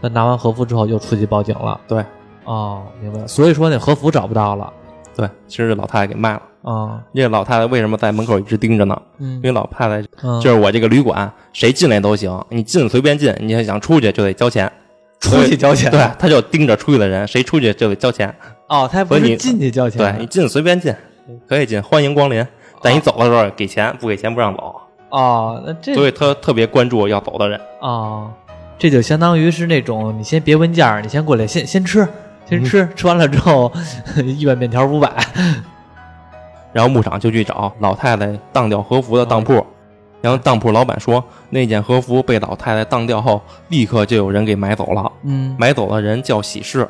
[SPEAKER 1] 他拿完和服之后又出去报警了。
[SPEAKER 2] 对
[SPEAKER 1] 哦，明白了。所以说那和服找不到了。
[SPEAKER 2] 对，其实老太太给卖了。
[SPEAKER 1] 啊，
[SPEAKER 2] 这老太太为什么在门口一直盯着呢？
[SPEAKER 1] 嗯
[SPEAKER 2] 因为老太太
[SPEAKER 1] 嗯
[SPEAKER 2] 就是我这个旅馆，谁进来都行，你进随便进，你要想出去就得交钱。
[SPEAKER 1] 出去交钱
[SPEAKER 2] 对，他就盯着出去的人，谁出去就得交钱。
[SPEAKER 1] 哦，他还不
[SPEAKER 2] 所以
[SPEAKER 1] 是
[SPEAKER 2] 你
[SPEAKER 1] 进去交钱，
[SPEAKER 2] 对你进随便进，
[SPEAKER 1] 嗯
[SPEAKER 2] 可以进，欢迎光临。但你走的时候给钱，不给钱不让走。
[SPEAKER 1] 哦，那这
[SPEAKER 2] 所以他特别关注要走的人。
[SPEAKER 1] 哦，这就相当于是那种你先别问价儿，你先过来，先先吃，先吃，吃完了之后 一碗面条五百。
[SPEAKER 2] 然后牧场就去找老太太当掉和服的当
[SPEAKER 1] 哦
[SPEAKER 2] 铺，然后当铺老板说，那件和服被老太太当掉后，立刻就有人给买走了。
[SPEAKER 1] 嗯
[SPEAKER 2] 买走的人叫喜事，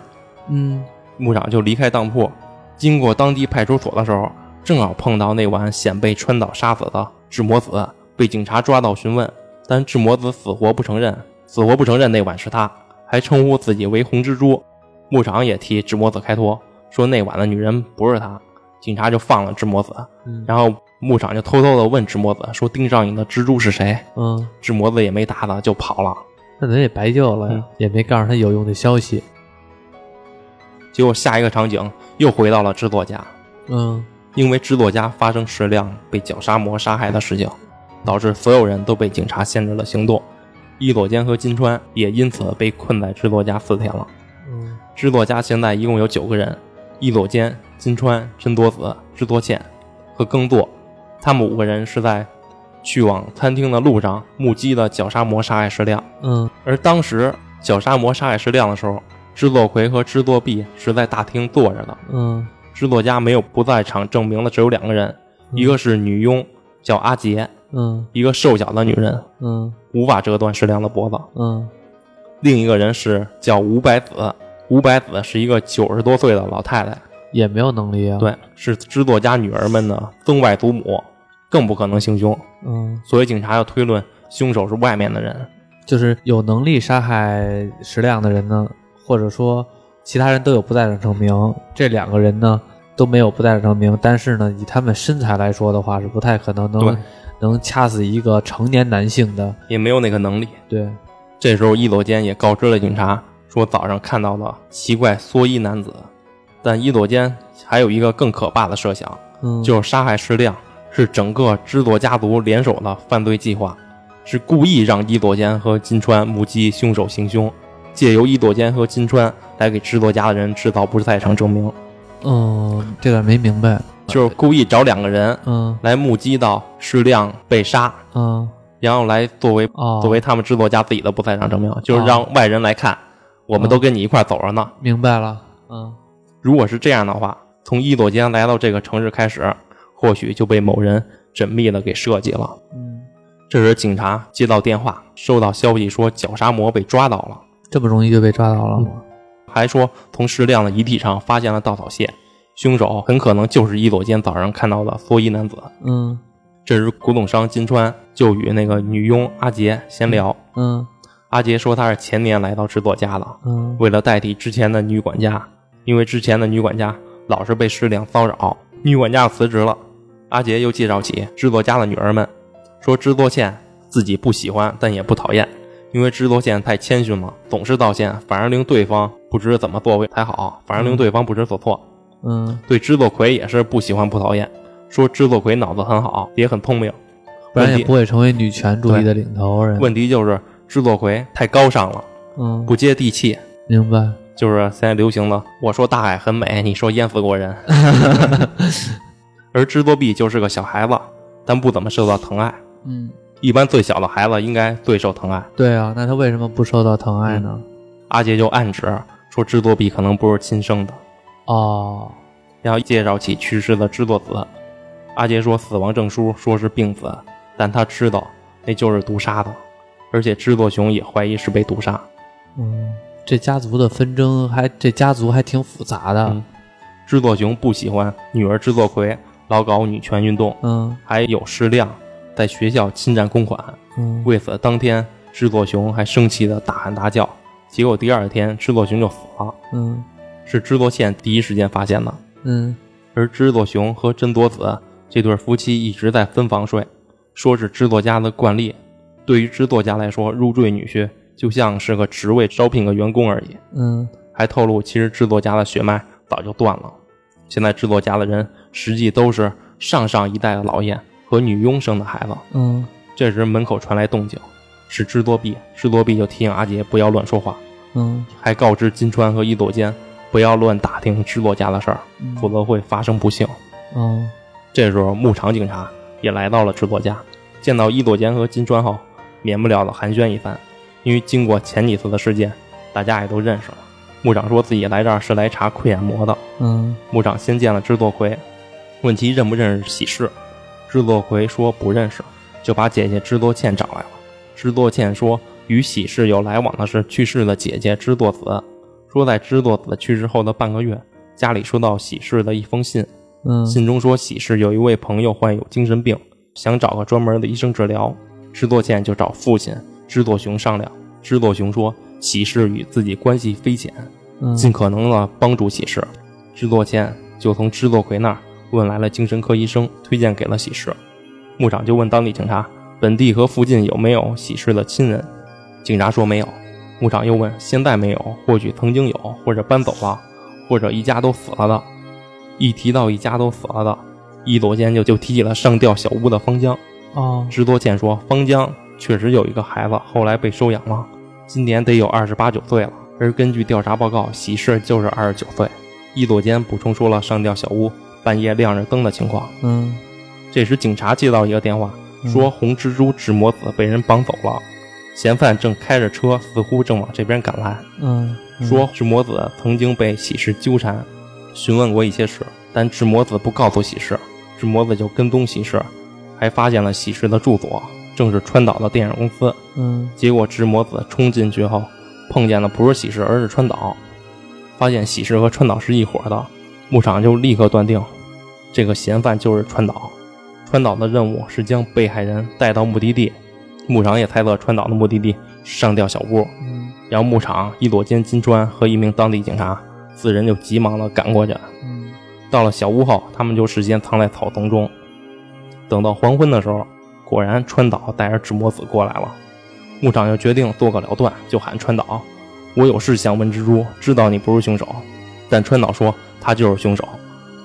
[SPEAKER 1] 嗯
[SPEAKER 2] 牧场就离开当铺，经过当地派出所的时候，正好碰到那晚险被川岛杀死的志摩子被警察抓到询问，但志摩子死活不承认，死活不承认那晚是他，还称呼自己为红蜘蛛。牧场也替志摩子开脱，说那晚的女人不是他，警察就放了志摩子。
[SPEAKER 1] 嗯
[SPEAKER 2] 然后牧场就偷偷的问志摩子说盯上你的蜘蛛是谁？
[SPEAKER 1] 嗯，
[SPEAKER 2] 志摩子也没答他，就跑了。
[SPEAKER 1] 那咱也白救了呀，
[SPEAKER 2] 嗯
[SPEAKER 1] 也没告诉他有用的消息。
[SPEAKER 2] 结果下一个场景又回到了制作家。
[SPEAKER 1] 嗯
[SPEAKER 2] 因为制作家发生矢量被绞杀魔杀害的事情，导致所有人都被警察限制了行动。伊佐间和金川也因此被困在制作家四天了。
[SPEAKER 1] 嗯
[SPEAKER 2] 制作家现在一共有九个人：伊佐间、金川、真多子、制作茜和耕作。他们五个人是在去往餐厅的路上目击了绞杀魔杀害矢量。
[SPEAKER 1] 嗯
[SPEAKER 2] 而当时绞杀魔杀害矢量的时候，制作葵和制作壁是在大厅坐着的。
[SPEAKER 1] 嗯
[SPEAKER 2] 制作家没有不在场证明的只有两个人，一个是女佣叫阿杰，
[SPEAKER 1] 嗯
[SPEAKER 2] 一个瘦小的女人
[SPEAKER 1] 嗯
[SPEAKER 2] 无法折断石良的脖子，
[SPEAKER 1] 嗯
[SPEAKER 2] 另一个人是叫吴白子，吴白子是一个九十多岁的老太太，
[SPEAKER 1] 也没有能力啊。，
[SPEAKER 2] 对，是制作家女儿们的曾外祖母，更不可能行凶。
[SPEAKER 1] 嗯，
[SPEAKER 2] 所以警察要推论凶手是外面的人。
[SPEAKER 1] 就是有能力杀害石亮的人呢，或者说其他人都有不在场证明，这两个人呢都没有不在场证明，但是呢，以他们身材来说的话，是不太可能
[SPEAKER 2] 对
[SPEAKER 1] 能能掐死一个成年男性的。
[SPEAKER 2] 也没有那个能力。
[SPEAKER 1] 对，
[SPEAKER 2] 这时候，一佐间也告知了警察，说早上看到了奇怪蓑衣男子。但一佐间还有一个更可怕的设想，
[SPEAKER 1] 嗯，
[SPEAKER 2] 就是杀害矢量是整个织佐家族联手的犯罪计划，是故意让一佐间和金川目击凶手行凶，借由一佐间和金川来给织佐家的人制造不在场证明，
[SPEAKER 1] 嗯，这点没明白。
[SPEAKER 2] 就是故意找两个人
[SPEAKER 1] 嗯
[SPEAKER 2] 来目击到矢量被杀，
[SPEAKER 1] 嗯
[SPEAKER 2] 然后来作为
[SPEAKER 1] 哦，
[SPEAKER 2] 作为他们制作家自己的不在场证明，就是让外人来看，我们都跟你一块儿走着呢。
[SPEAKER 1] 明白了。嗯
[SPEAKER 2] 如果是这样的话，从伊佐间来到这个城市开始，或许就被某人缜密的给设计了。
[SPEAKER 1] 嗯，
[SPEAKER 2] 这时，警察接到电话，收到消息说绞杀魔被抓到了，
[SPEAKER 1] 这么容易就被抓到了吗？
[SPEAKER 2] 还说从适量的遗体上发现了稻草屑，凶手很可能就是伊佐间早上看到的蓑衣男子。
[SPEAKER 1] 嗯
[SPEAKER 2] 这时，古董商金川就与那个女佣阿杰闲聊，
[SPEAKER 1] 嗯
[SPEAKER 2] 阿杰说他是前年来到制作家的，
[SPEAKER 1] 嗯
[SPEAKER 2] 为了代替之前的女管家，因为之前的女管家老是被师娘骚扰，女管家辞职了。阿杰又介绍起制作家的女儿们，说制作线自己不喜欢，但也不讨厌，因为制作线太谦逊了，总是道歉，反而令对方不知怎么作为才好，反而令对方不知所措。
[SPEAKER 1] 嗯，
[SPEAKER 2] 对制作魁也是不喜欢不讨厌，说制作魁脑子很好，也很聪明，
[SPEAKER 1] 不然
[SPEAKER 2] 问
[SPEAKER 1] 也
[SPEAKER 2] 题
[SPEAKER 1] 不会成为女权主义的领头人。
[SPEAKER 2] 问题就是制作魁太高尚了，
[SPEAKER 1] 嗯，
[SPEAKER 2] 不接地气，
[SPEAKER 1] 明白。
[SPEAKER 2] 就是现在流行的“我说大海很美，你说淹死过人” 。而制作币就是个小孩子，但不怎么受到疼爱。
[SPEAKER 1] 嗯，
[SPEAKER 2] 一般最小的孩子应该最受疼爱。
[SPEAKER 1] 对啊，那他为什么不受到疼爱呢？
[SPEAKER 2] 嗯阿杰就暗指说制作币可能不是亲生的，
[SPEAKER 1] 哦，
[SPEAKER 2] 然后介绍起去世的制作子。阿杰说死亡证书说是病死，但他知道那就是毒杀的，而且制作熊也怀疑是被毒杀。
[SPEAKER 1] 嗯，这家族的纷争还这家族还挺复杂的
[SPEAKER 2] 嗯。制作熊不喜欢女儿制作魁老搞女权运动，
[SPEAKER 1] 嗯
[SPEAKER 2] 还有适量在学校侵占公款。
[SPEAKER 1] 嗯
[SPEAKER 2] 为此，当天制作熊还生气的大喊大叫，结果第二天制作熊就死了，
[SPEAKER 1] 嗯
[SPEAKER 2] 是制作线第一时间发现的。
[SPEAKER 1] 嗯
[SPEAKER 2] 而制作熊和真佐子这对夫妻一直在分房睡，说是制作家的惯例。对于制作家来说，入赘女婿就像是个职位招聘个员工而已。
[SPEAKER 1] 嗯
[SPEAKER 2] 还透露，其实制作家的血脉早就断了，现在制作家的人实际都是上上一代的老爷和女佣生的孩子。
[SPEAKER 1] 嗯
[SPEAKER 2] 这时门口传来动静，是制作币。制作币就提醒阿杰不要乱说话，
[SPEAKER 1] 嗯
[SPEAKER 2] 还告知金川和伊佐间不要乱打听制作家的事儿，否则会发生不幸。
[SPEAKER 1] 嗯
[SPEAKER 2] 这时候牧场警察也来到了制作家，见到伊佐间和金川后，免不了的寒暄一番，因为经过前几次的事件，大家也都认识了。牧场说自己来这儿是来查溃眼魔的，
[SPEAKER 1] 嗯
[SPEAKER 2] 牧场先见了制作魁，问其认不认识喜事。制作魁说不认识，就把姐姐制作倩找来了。制作倩说与喜事有来往的是去世的姐姐制作子，说在制作子去世后的半个月，家里收到喜事的一封信，
[SPEAKER 1] 嗯
[SPEAKER 2] 信中说喜事有一位朋友患有精神病，想找个专门的医生治疗。制作倩就找父亲制作雄商量，制作雄说喜事与自己关系匪浅，
[SPEAKER 1] 嗯
[SPEAKER 2] 尽可能的帮助喜事。制作倩就从制作魁那儿问来了精神科医生，推荐给了喜事。牧场就问当地警察，本地和附近有没有喜事的亲人？警察说没有。牧场又问，现在没有，或许曾经有，或者搬走了，或者一家都死了的。一提到一家都死了的，一佐间就就提起了上吊小屋的方江。
[SPEAKER 1] 哦
[SPEAKER 2] 制作倩说，方江确实有一个孩子，后来被收养了，今年得有二十八九岁了。而根据调查报告，喜事就是二十九岁。一佐间补充说了上吊小屋半夜亮着灯的情况。
[SPEAKER 1] 嗯
[SPEAKER 2] 这时，警察接到一个电话，
[SPEAKER 1] 嗯
[SPEAKER 2] 说红蜘蛛制魔子被人绑走了，嫌犯正开着车，似乎正往这边赶来。
[SPEAKER 1] 嗯
[SPEAKER 2] 说智魔子曾经被喜事纠缠，询问过一些事，但智魔子不告诉喜事，智魔子就跟踪喜事，还发现了喜事的住所正是川岛的电影公司。
[SPEAKER 1] 嗯
[SPEAKER 2] 结果智魔子冲进去后，碰见的不是喜事，而是川岛，发现喜事和川岛是一伙的，牧场就立刻断定，这个嫌犯就是川岛。川岛的任务是将被害人带到目的地，牧场也猜测川岛的目的地是上吊小屋。
[SPEAKER 1] 嗯
[SPEAKER 2] 然后牧场一裸间金川和一名当地警察四人就急忙的赶过去。
[SPEAKER 1] 嗯
[SPEAKER 2] 到了小屋后，他们就事先藏在草丛中。等到黄昏的时候，果然川岛带着智摩子过来了。牧场就决定做个了断，就喊川岛：“我有事想问蜘蛛，知道你不是凶手。”但川岛说他就是凶手。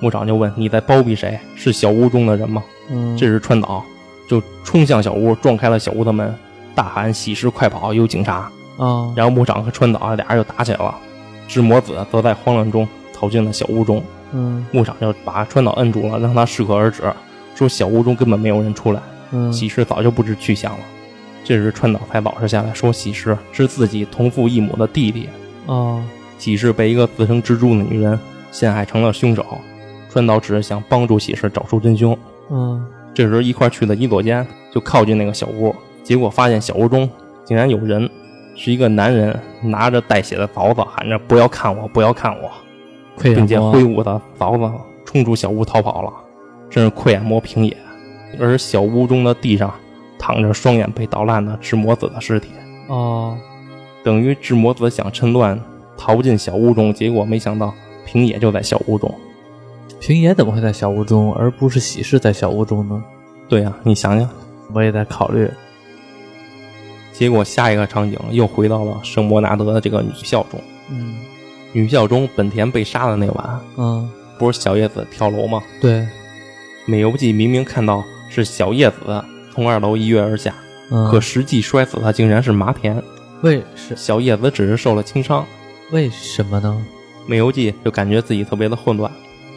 [SPEAKER 2] 牧场就问：“你在包庇谁？是小屋中的人吗？”
[SPEAKER 1] 嗯，
[SPEAKER 2] 这时川岛就冲向小屋，撞开了小屋的门，大喊：“喜事快跑！有警察！”
[SPEAKER 1] 啊，
[SPEAKER 2] 然后牧场和川岛俩人就打起来了。智摩子则在慌乱中逃进了小屋中。
[SPEAKER 1] 嗯
[SPEAKER 2] 牧场就把川岛摁住了，让他适可而止，说小屋中根本没有人出来，
[SPEAKER 1] 嗯，
[SPEAKER 2] 喜事早就不知去向了。这时川岛才老实下来，说喜事是自己同父异母的弟弟，
[SPEAKER 1] 啊，
[SPEAKER 2] 喜事被一个自称蜘蛛的女人陷害成了凶手。川岛只是想帮助喜事找出真凶。
[SPEAKER 1] 嗯
[SPEAKER 2] 这时候一块儿去的伊佐间就靠近那个小屋，结果发现小屋中竟然有人，是一个男人拿着带血的凿子，喊着“不要看我，不要看我”。
[SPEAKER 1] 溃疡
[SPEAKER 2] 并且
[SPEAKER 1] 魔
[SPEAKER 2] 挥舞的凿子冲出小屋逃跑了，真是溃眼魔平野。而小屋中的地上躺着双眼被捣烂的智魔子的尸体，
[SPEAKER 1] 哦，
[SPEAKER 2] 等于智魔子想趁乱逃进小屋中，结果没想到平野就在小屋中。
[SPEAKER 1] 平野怎么会在小屋中，而不是喜事在小屋中呢？
[SPEAKER 2] 对呀、你想想，
[SPEAKER 1] 我也在考虑，
[SPEAKER 2] 结果下一个场景又回到了圣伯纳德的这个女校中。
[SPEAKER 1] 嗯
[SPEAKER 2] 女校中本田被杀的那晚，
[SPEAKER 1] 嗯，
[SPEAKER 2] 不是小叶子跳楼吗？
[SPEAKER 1] 对，
[SPEAKER 2] 美游记明明看到是小叶子从二楼一跃而下，
[SPEAKER 1] 嗯，
[SPEAKER 2] 可实际摔死的竟然是麻田。
[SPEAKER 1] 为是
[SPEAKER 2] 小叶子只是受了轻伤，
[SPEAKER 1] 为什么呢？
[SPEAKER 2] 美游记就感觉自己特别的混乱，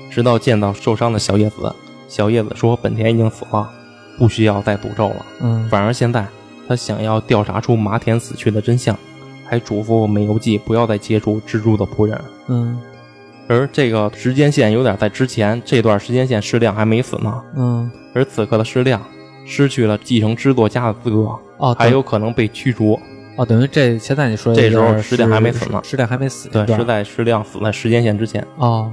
[SPEAKER 2] 直到见到受伤的小叶子。小叶子说本田已经死了，不需要再诅咒了。
[SPEAKER 1] 嗯
[SPEAKER 2] 反而现在他想要调查出麻田死去的真相，还嘱咐美游记不要再接触蜘蛛的仆人。
[SPEAKER 1] 嗯
[SPEAKER 2] 而这个时间线有点在之前，这段时间线矢亮还没死呢，
[SPEAKER 1] 嗯，
[SPEAKER 2] 而此刻的矢亮失去了继承制作家的资格，
[SPEAKER 1] 哦，
[SPEAKER 2] 还
[SPEAKER 1] 等
[SPEAKER 2] 有可能被驱逐。
[SPEAKER 1] 哦，等于这现在你说的
[SPEAKER 2] 这时候
[SPEAKER 1] 就是
[SPEAKER 2] 石点还没死呢
[SPEAKER 1] 石点还没死
[SPEAKER 2] 对
[SPEAKER 1] 那，段，
[SPEAKER 2] 是在矢亮死在时间线之前。
[SPEAKER 1] 哦，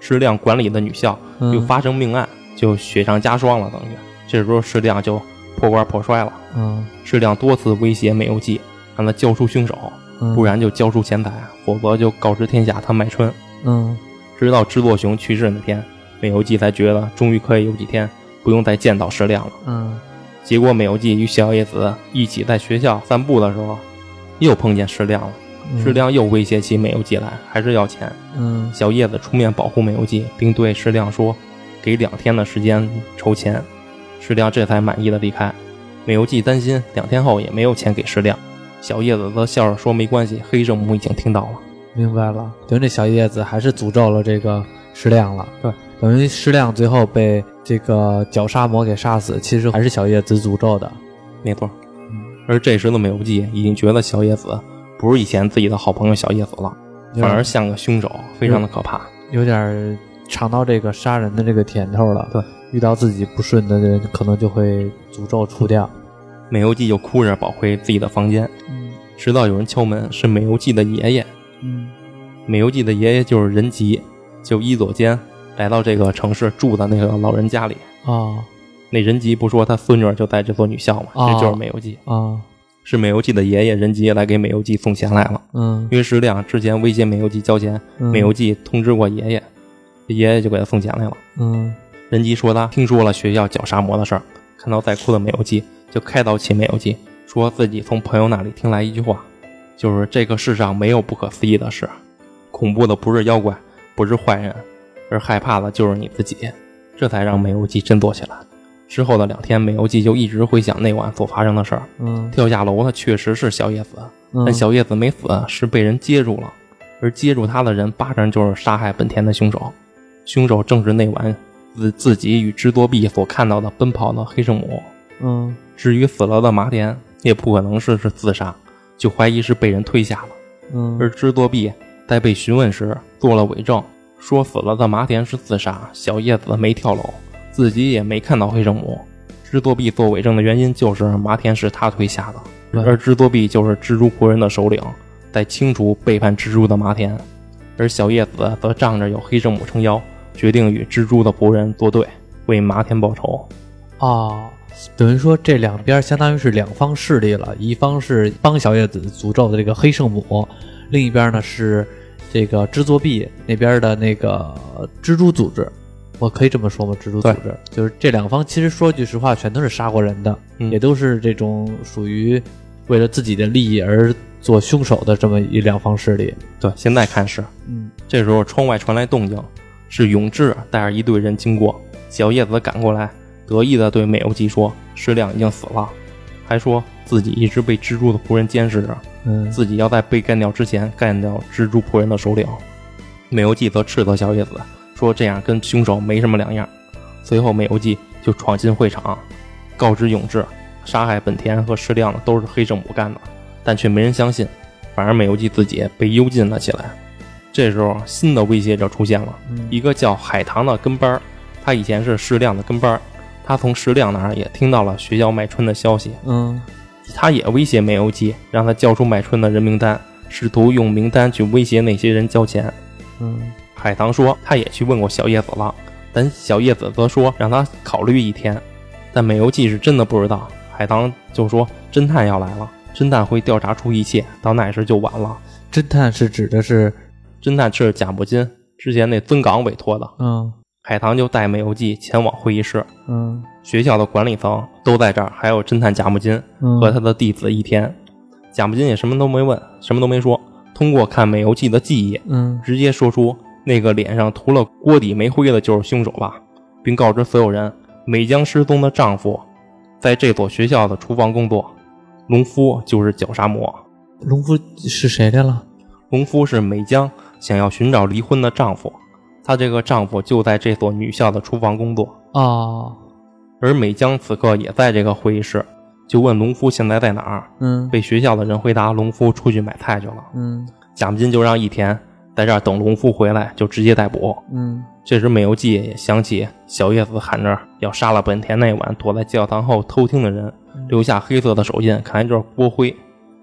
[SPEAKER 2] 矢亮管理的女校
[SPEAKER 1] 嗯
[SPEAKER 2] 又发生命案，就雪上加霜了，等于这时候矢亮就破罐破摔了。
[SPEAKER 1] 嗯
[SPEAKER 2] 矢亮多次威胁美游记，让他交出凶手，
[SPEAKER 1] 嗯，
[SPEAKER 2] 不然就交出钱财，啊否则就告知天下他卖春。
[SPEAKER 1] 嗯
[SPEAKER 2] 直到知作雄去世那天，美游记才觉得终于可以有几天不用再见到矢亮了。
[SPEAKER 1] 嗯
[SPEAKER 2] 结果美游记与小野子一起在学校散步的时候，又碰见矢亮了。
[SPEAKER 1] 嗯
[SPEAKER 2] 矢亮又威胁起美游记来，还是要钱。
[SPEAKER 1] 嗯
[SPEAKER 2] 小叶子出面保护美游记，并对石亮说：“给两天的时间筹钱。”石亮这才满意的离开。美游记担心两天后也没有钱给石亮，小叶子则笑着说：“没关系，黑圣母已经听到了。
[SPEAKER 1] 明白了，等于这小叶子还是诅咒了这个石亮了。
[SPEAKER 2] 对，
[SPEAKER 1] 等于石亮最后被这个绞杀魔给杀死，其实还是小叶子诅咒的。”
[SPEAKER 2] 没错
[SPEAKER 1] 嗯。
[SPEAKER 2] 而这时的美游记已经觉得小叶子不是以前自己的好朋友小叶子了，反而像个凶手，非常的可怕。
[SPEAKER 1] 有点儿尝到这个杀人的这个甜头了。
[SPEAKER 2] 对，
[SPEAKER 1] 遇到自己不顺的人，可能就会诅咒除掉。
[SPEAKER 2] 美游记就哭着跑回自己的房间，
[SPEAKER 1] 嗯
[SPEAKER 2] 直到有人敲门，是美游记的爷爷。
[SPEAKER 1] 嗯
[SPEAKER 2] 美游记的爷爷就是仁吉，就伊佐间来到这个城市住的那个老人家里。
[SPEAKER 1] 哦
[SPEAKER 2] 那仁吉不说他孙女儿就在这所女校嘛，
[SPEAKER 1] 哦
[SPEAKER 2] 这就是美游记，
[SPEAKER 1] 哦
[SPEAKER 2] 是美游记的爷爷仁吉来给美游记送钱来了。
[SPEAKER 1] 嗯
[SPEAKER 2] 因为石亮之前威胁美游记交钱，
[SPEAKER 1] 嗯
[SPEAKER 2] 美游记通知过爷爷，爷爷就给他送钱来了。
[SPEAKER 1] 嗯
[SPEAKER 2] 仁吉说他听说了学校绞杀魔的事儿，看到在哭的美游记，就开导起美游记，说自己从朋友那里听来一句话，就是这个世上没有不可思议的事，恐怖的不是妖怪，不是坏人，而害怕的就是你自己。这才让美游记振作起来。之后的两天，美游记就一直回想那晚所发生的事儿。
[SPEAKER 1] 嗯
[SPEAKER 2] 跳下楼的确实是小叶子，但
[SPEAKER 1] 嗯
[SPEAKER 2] 小叶子没死，是被人接住了，而接住他的人八成就是杀害本田的凶手，凶手正是那晚自自己与之多碧所看到的奔跑的黑圣母。
[SPEAKER 1] 嗯
[SPEAKER 2] 至于死了的麻田，也不可能是是自杀，就怀疑是被人推下了。而
[SPEAKER 1] 嗯
[SPEAKER 2] 之多碧在被询问时做了伪证，说死了的麻田是自杀，小叶子没跳楼，自己也没看到黑圣母。之多碧做伪证的原因就是麻田是他推下的，
[SPEAKER 1] 嗯
[SPEAKER 2] 而之多碧就是蜘蛛仆人的首领，在清除背叛蜘蛛的麻田，而小叶子则仗着有黑圣母撑腰，决定与蜘蛛的仆人作对，为麻天报仇。
[SPEAKER 1] 哦，等于说这两边相当于是两方势力了，一方是帮小叶子诅咒的这个黑圣母，另一边呢是这个织作弊那边的那个蜘蛛组织。我可以这么说吗？蜘蛛组织就是这两方，其实说句实话，全都是杀过人的，
[SPEAKER 2] 嗯
[SPEAKER 1] 也都是这种属于为了自己的利益而做凶手的这么一两方势力。
[SPEAKER 2] 对，现在看是。
[SPEAKER 1] 嗯，
[SPEAKER 2] 这时候窗外传来动静，是永志带着一队人经过。小叶子赶过来，得意地对美由纪说：“石亮已经死了。”还说自己一直被蜘蛛的仆人监视着，
[SPEAKER 1] 嗯，
[SPEAKER 2] 自己要在被干掉之前干掉蜘蛛仆人的首领。美由纪则斥责小叶子说：“这样跟凶手没什么两样。”随后，美由纪就闯进会场，告知永志杀害本田和石亮的都是黑圣母干的，但却没人相信，反而美由纪自己被幽禁了起来。这时候，新的威胁者出现了，
[SPEAKER 1] 嗯
[SPEAKER 2] 一个叫海棠的跟班儿，他以前是石亮的跟班儿，他从石亮那儿也听到了学校卖春的消息，
[SPEAKER 1] 嗯，
[SPEAKER 2] 他也威胁美由纪，让他交出买春的人名单，试图用名单去威胁那些人交钱。
[SPEAKER 1] 嗯，
[SPEAKER 2] 海棠说他也去问过小叶子了，但小叶子则说让他考虑一天。但美由纪是真的不知道，海棠就说侦探要来了，侦探会调查出一切，到那时就晚了。
[SPEAKER 1] 侦探是指的是，
[SPEAKER 2] 侦探是贾木金之前那曾岗委托的，
[SPEAKER 1] 嗯
[SPEAKER 2] 海棠就带美由纪前往会议室。
[SPEAKER 1] 嗯
[SPEAKER 2] 学校的管理层都在这儿，还有侦探贾木金。
[SPEAKER 1] 嗯，
[SPEAKER 2] 和他的弟子一天。贾木金也什么都没问，什么都没说，通过看美游记的记忆，
[SPEAKER 1] 嗯
[SPEAKER 2] 直接说出那个脸上涂了锅底煤灰的就是凶手吧，并告知所有人，美江失踪的丈夫在这所学校的厨房工作，农夫就是绞杀魔。
[SPEAKER 1] 农夫是谁来了？
[SPEAKER 2] 农夫是美江想要寻找离婚的丈夫，她这个丈夫就在这所女校的厨房工作，
[SPEAKER 1] 哦，
[SPEAKER 2] 而美江此刻也在这个会议室，就问农夫现在在哪儿。
[SPEAKER 1] 嗯
[SPEAKER 2] 被学校的人回答，农夫出去买菜去了。
[SPEAKER 1] 嗯
[SPEAKER 2] 贾木金就让一田在这儿等农夫回来，就直接逮捕。
[SPEAKER 1] 嗯
[SPEAKER 2] 这时美由纪也想起小叶子喊着要杀了本田那晚躲在教堂后偷听的人，留下黑色的手印，看来就是锅灰，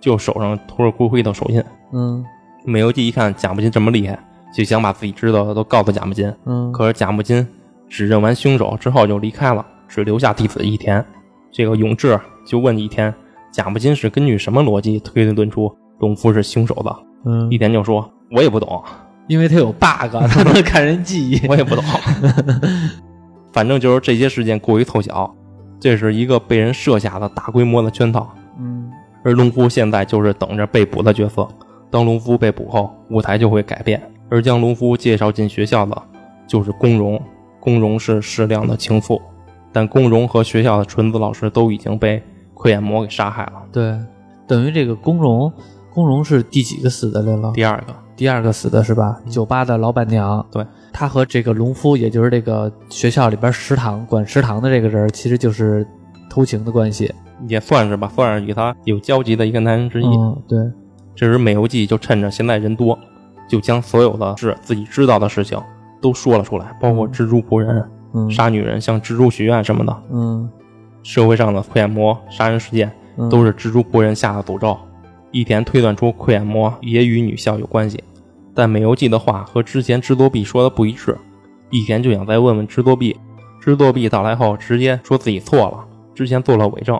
[SPEAKER 2] 就手上涂着锅灰的手印。
[SPEAKER 1] 嗯
[SPEAKER 2] 美由纪一看贾木金这么厉害，就想把自己知道的都告诉贾木金。
[SPEAKER 1] 嗯，
[SPEAKER 2] 可是贾木金指认完凶手之后就离开了，只留下弟子一田。这个永志就问一田，贾木金是根据什么逻辑推论出农夫是凶手的？
[SPEAKER 1] 嗯
[SPEAKER 2] 一，田就说：“我也不懂，
[SPEAKER 1] 因为他有 bug，他 能看人记忆。
[SPEAKER 2] 我也不懂。反正就是这些事件过于凑巧，这是一个被人设下的大规模的圈套。
[SPEAKER 1] 嗯
[SPEAKER 2] 而农夫现在就是等着被捕的角色。当农夫被捕后，舞台就会改变。而将农夫介绍进学校的就是宫荣，宫荣是适量的情妇，但宫荣和学校的纯子老师都已经被溃眼魔给杀害了。
[SPEAKER 1] 对，等于这个工荣，工荣是第几个死的来了？
[SPEAKER 2] 第二个，
[SPEAKER 1] 第二嗯个死的是吧？酒吧的老板娘，
[SPEAKER 2] 对，
[SPEAKER 1] 她和这个农夫，也就是这个学校里边食堂管食堂的这个人，其实就是偷情的关系。
[SPEAKER 2] 也算是吧，算是与他有交集的一个男人之一。
[SPEAKER 1] 嗯，对，
[SPEAKER 2] 这时美游记就趁着现在人多，就将所有的事自己知道的事情都说了出来，包括蜘蛛仆人、
[SPEAKER 1] 嗯，
[SPEAKER 2] 杀女人，像蜘蛛学院什么的，
[SPEAKER 1] 嗯
[SPEAKER 2] 社会上的溃眼魔杀人事件
[SPEAKER 1] 嗯
[SPEAKER 2] 都是蜘蛛仆人下的诅咒。一田推断出溃眼魔也与女校有关系，但美游记的话和之前织多壁说的不一致，一田就想再问问织多壁。织多壁到来后，直接说自己错了，之前做了伪证，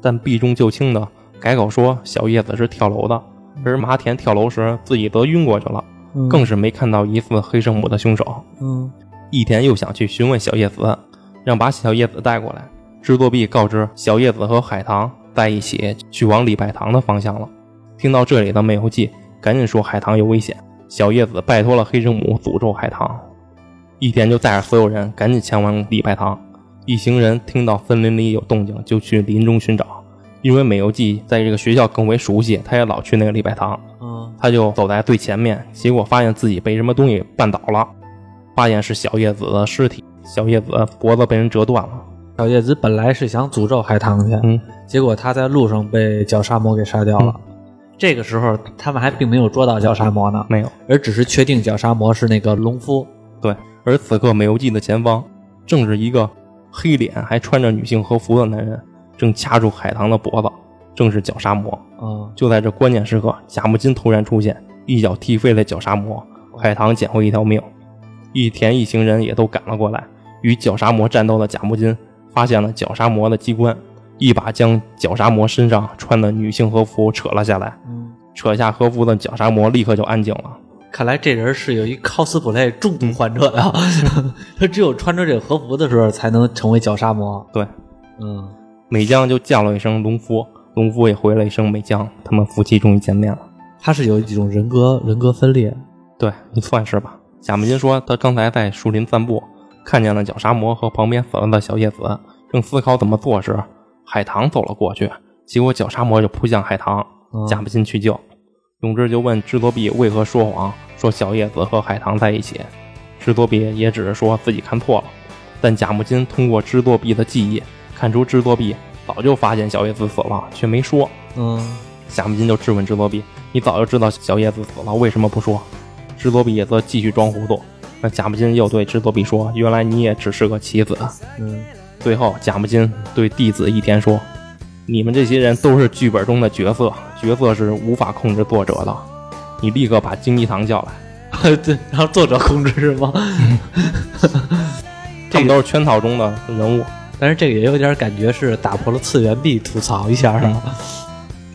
[SPEAKER 2] 但避重就轻的改口说小叶子是跳楼的，而麻田跳楼时自己则晕过去了，
[SPEAKER 1] 嗯
[SPEAKER 2] 更是没看到疑似黑圣母的凶手。
[SPEAKER 1] 嗯
[SPEAKER 2] 一田又想去询问小叶子，让把小叶子带过来。制作壁告知小叶子和海棠在一起去往礼拜堂的方向了。听到这里的美由纪赶紧说海棠有危险，小叶子拜托了黑圣母诅咒海棠。一田就带着所有人赶紧前往礼拜堂。一行人听到森林里有动静，就去林中寻找。因为美由纪在这个学校更为熟悉，他也老去那个礼拜堂，
[SPEAKER 1] 嗯
[SPEAKER 2] 他就走在最前面，结果发现自己被什么东西绊倒了，发现是小叶子的尸体，小叶子脖子被人折断了。
[SPEAKER 1] 小叶子本来是想诅咒海棠去，
[SPEAKER 2] 嗯，
[SPEAKER 1] 结果他在路上被绞杀魔给杀掉了。这个时候，他们还并没有捉到绞杀魔呢，
[SPEAKER 2] 没有。
[SPEAKER 1] 而只是确定绞杀魔是那个农夫。
[SPEAKER 2] 对，而此刻美游记的前方正是一个黑脸还穿着女性和服的男人，正掐住海棠的脖子，正是绞杀魔。
[SPEAKER 1] 嗯
[SPEAKER 2] 就在这关键时刻，贾木金突然出现，一脚踢飞了绞杀魔，海棠捡回一条命。一田一行人也都赶了过来。与绞杀魔战斗的贾木金发现了绞杀魔的机关，一把将绞杀魔身上穿的女性和服扯了下来。
[SPEAKER 1] 嗯，
[SPEAKER 2] 扯下和服的绞杀魔立刻就安静了。
[SPEAKER 1] 看来这人是有一 cosplay 重度患者 啊，他只有穿着这个和服的时候才能成为绞杀魔。
[SPEAKER 2] 对，
[SPEAKER 1] 嗯，
[SPEAKER 2] 美江就叫了一声农夫，农夫也回了一声美江，他们夫妻终于见面了。
[SPEAKER 1] 他是有一种人格人格分裂。
[SPEAKER 2] 对， 你算是吧。贾木金说，他刚才在树林散步，看见了绞杀魔和旁边死了的小叶子，正思考怎么做时，海棠走了过去，结果绞杀魔就扑向海棠，
[SPEAKER 1] 嗯
[SPEAKER 2] 贾木金去救。永志就问制作币为何说谎，说小叶子和海棠在一起。制作币也只是说自己看错了，但贾木金通过制作币的记忆看出制作币早就发现小叶子死了，却没说。
[SPEAKER 1] 嗯
[SPEAKER 2] 贾木金就质问制作币：“你早就知道小叶子死了，为什么不说？”制作币也则继续装糊涂。那贾木金又对制作币说：“原来你也只是个棋子。
[SPEAKER 1] 嗯，”
[SPEAKER 2] 最后，贾木金对弟子一田说：“你们这些人都是剧本中的角色，角色是无法控制作者的。你立刻把京一堂叫来，
[SPEAKER 1] 对，然后作者控制是吗？
[SPEAKER 2] 他们都是圈套中的人物。
[SPEAKER 1] 但是这个也有点感觉是打破了次元壁，吐槽一下啊。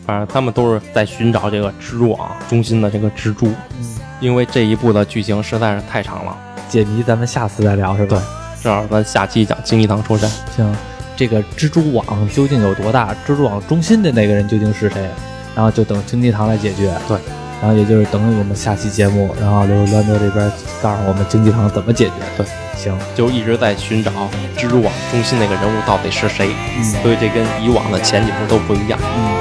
[SPEAKER 2] 反正他们都是在寻找这个蜘蛛网中心的这个蜘蛛，
[SPEAKER 1] 嗯，
[SPEAKER 2] 因为这一部的剧情实在是太长了。
[SPEAKER 1] 解谜咱们下次再聊是吧？
[SPEAKER 2] 正好咱下期讲京一堂出山。”
[SPEAKER 1] 像这个蜘蛛网究竟有多大，蜘蛛网中心的那个人究竟是谁，然后就等经济堂来解决。
[SPEAKER 2] 对，
[SPEAKER 1] 然后也就是等我们下期节目，然后刘乱斗这边告诉我们经济堂怎么解决。
[SPEAKER 2] 对，
[SPEAKER 1] 行，
[SPEAKER 2] 就一直在寻找蜘蛛网中心那个人物到底是谁，所以这跟以往的前几部都不一样。
[SPEAKER 1] 嗯。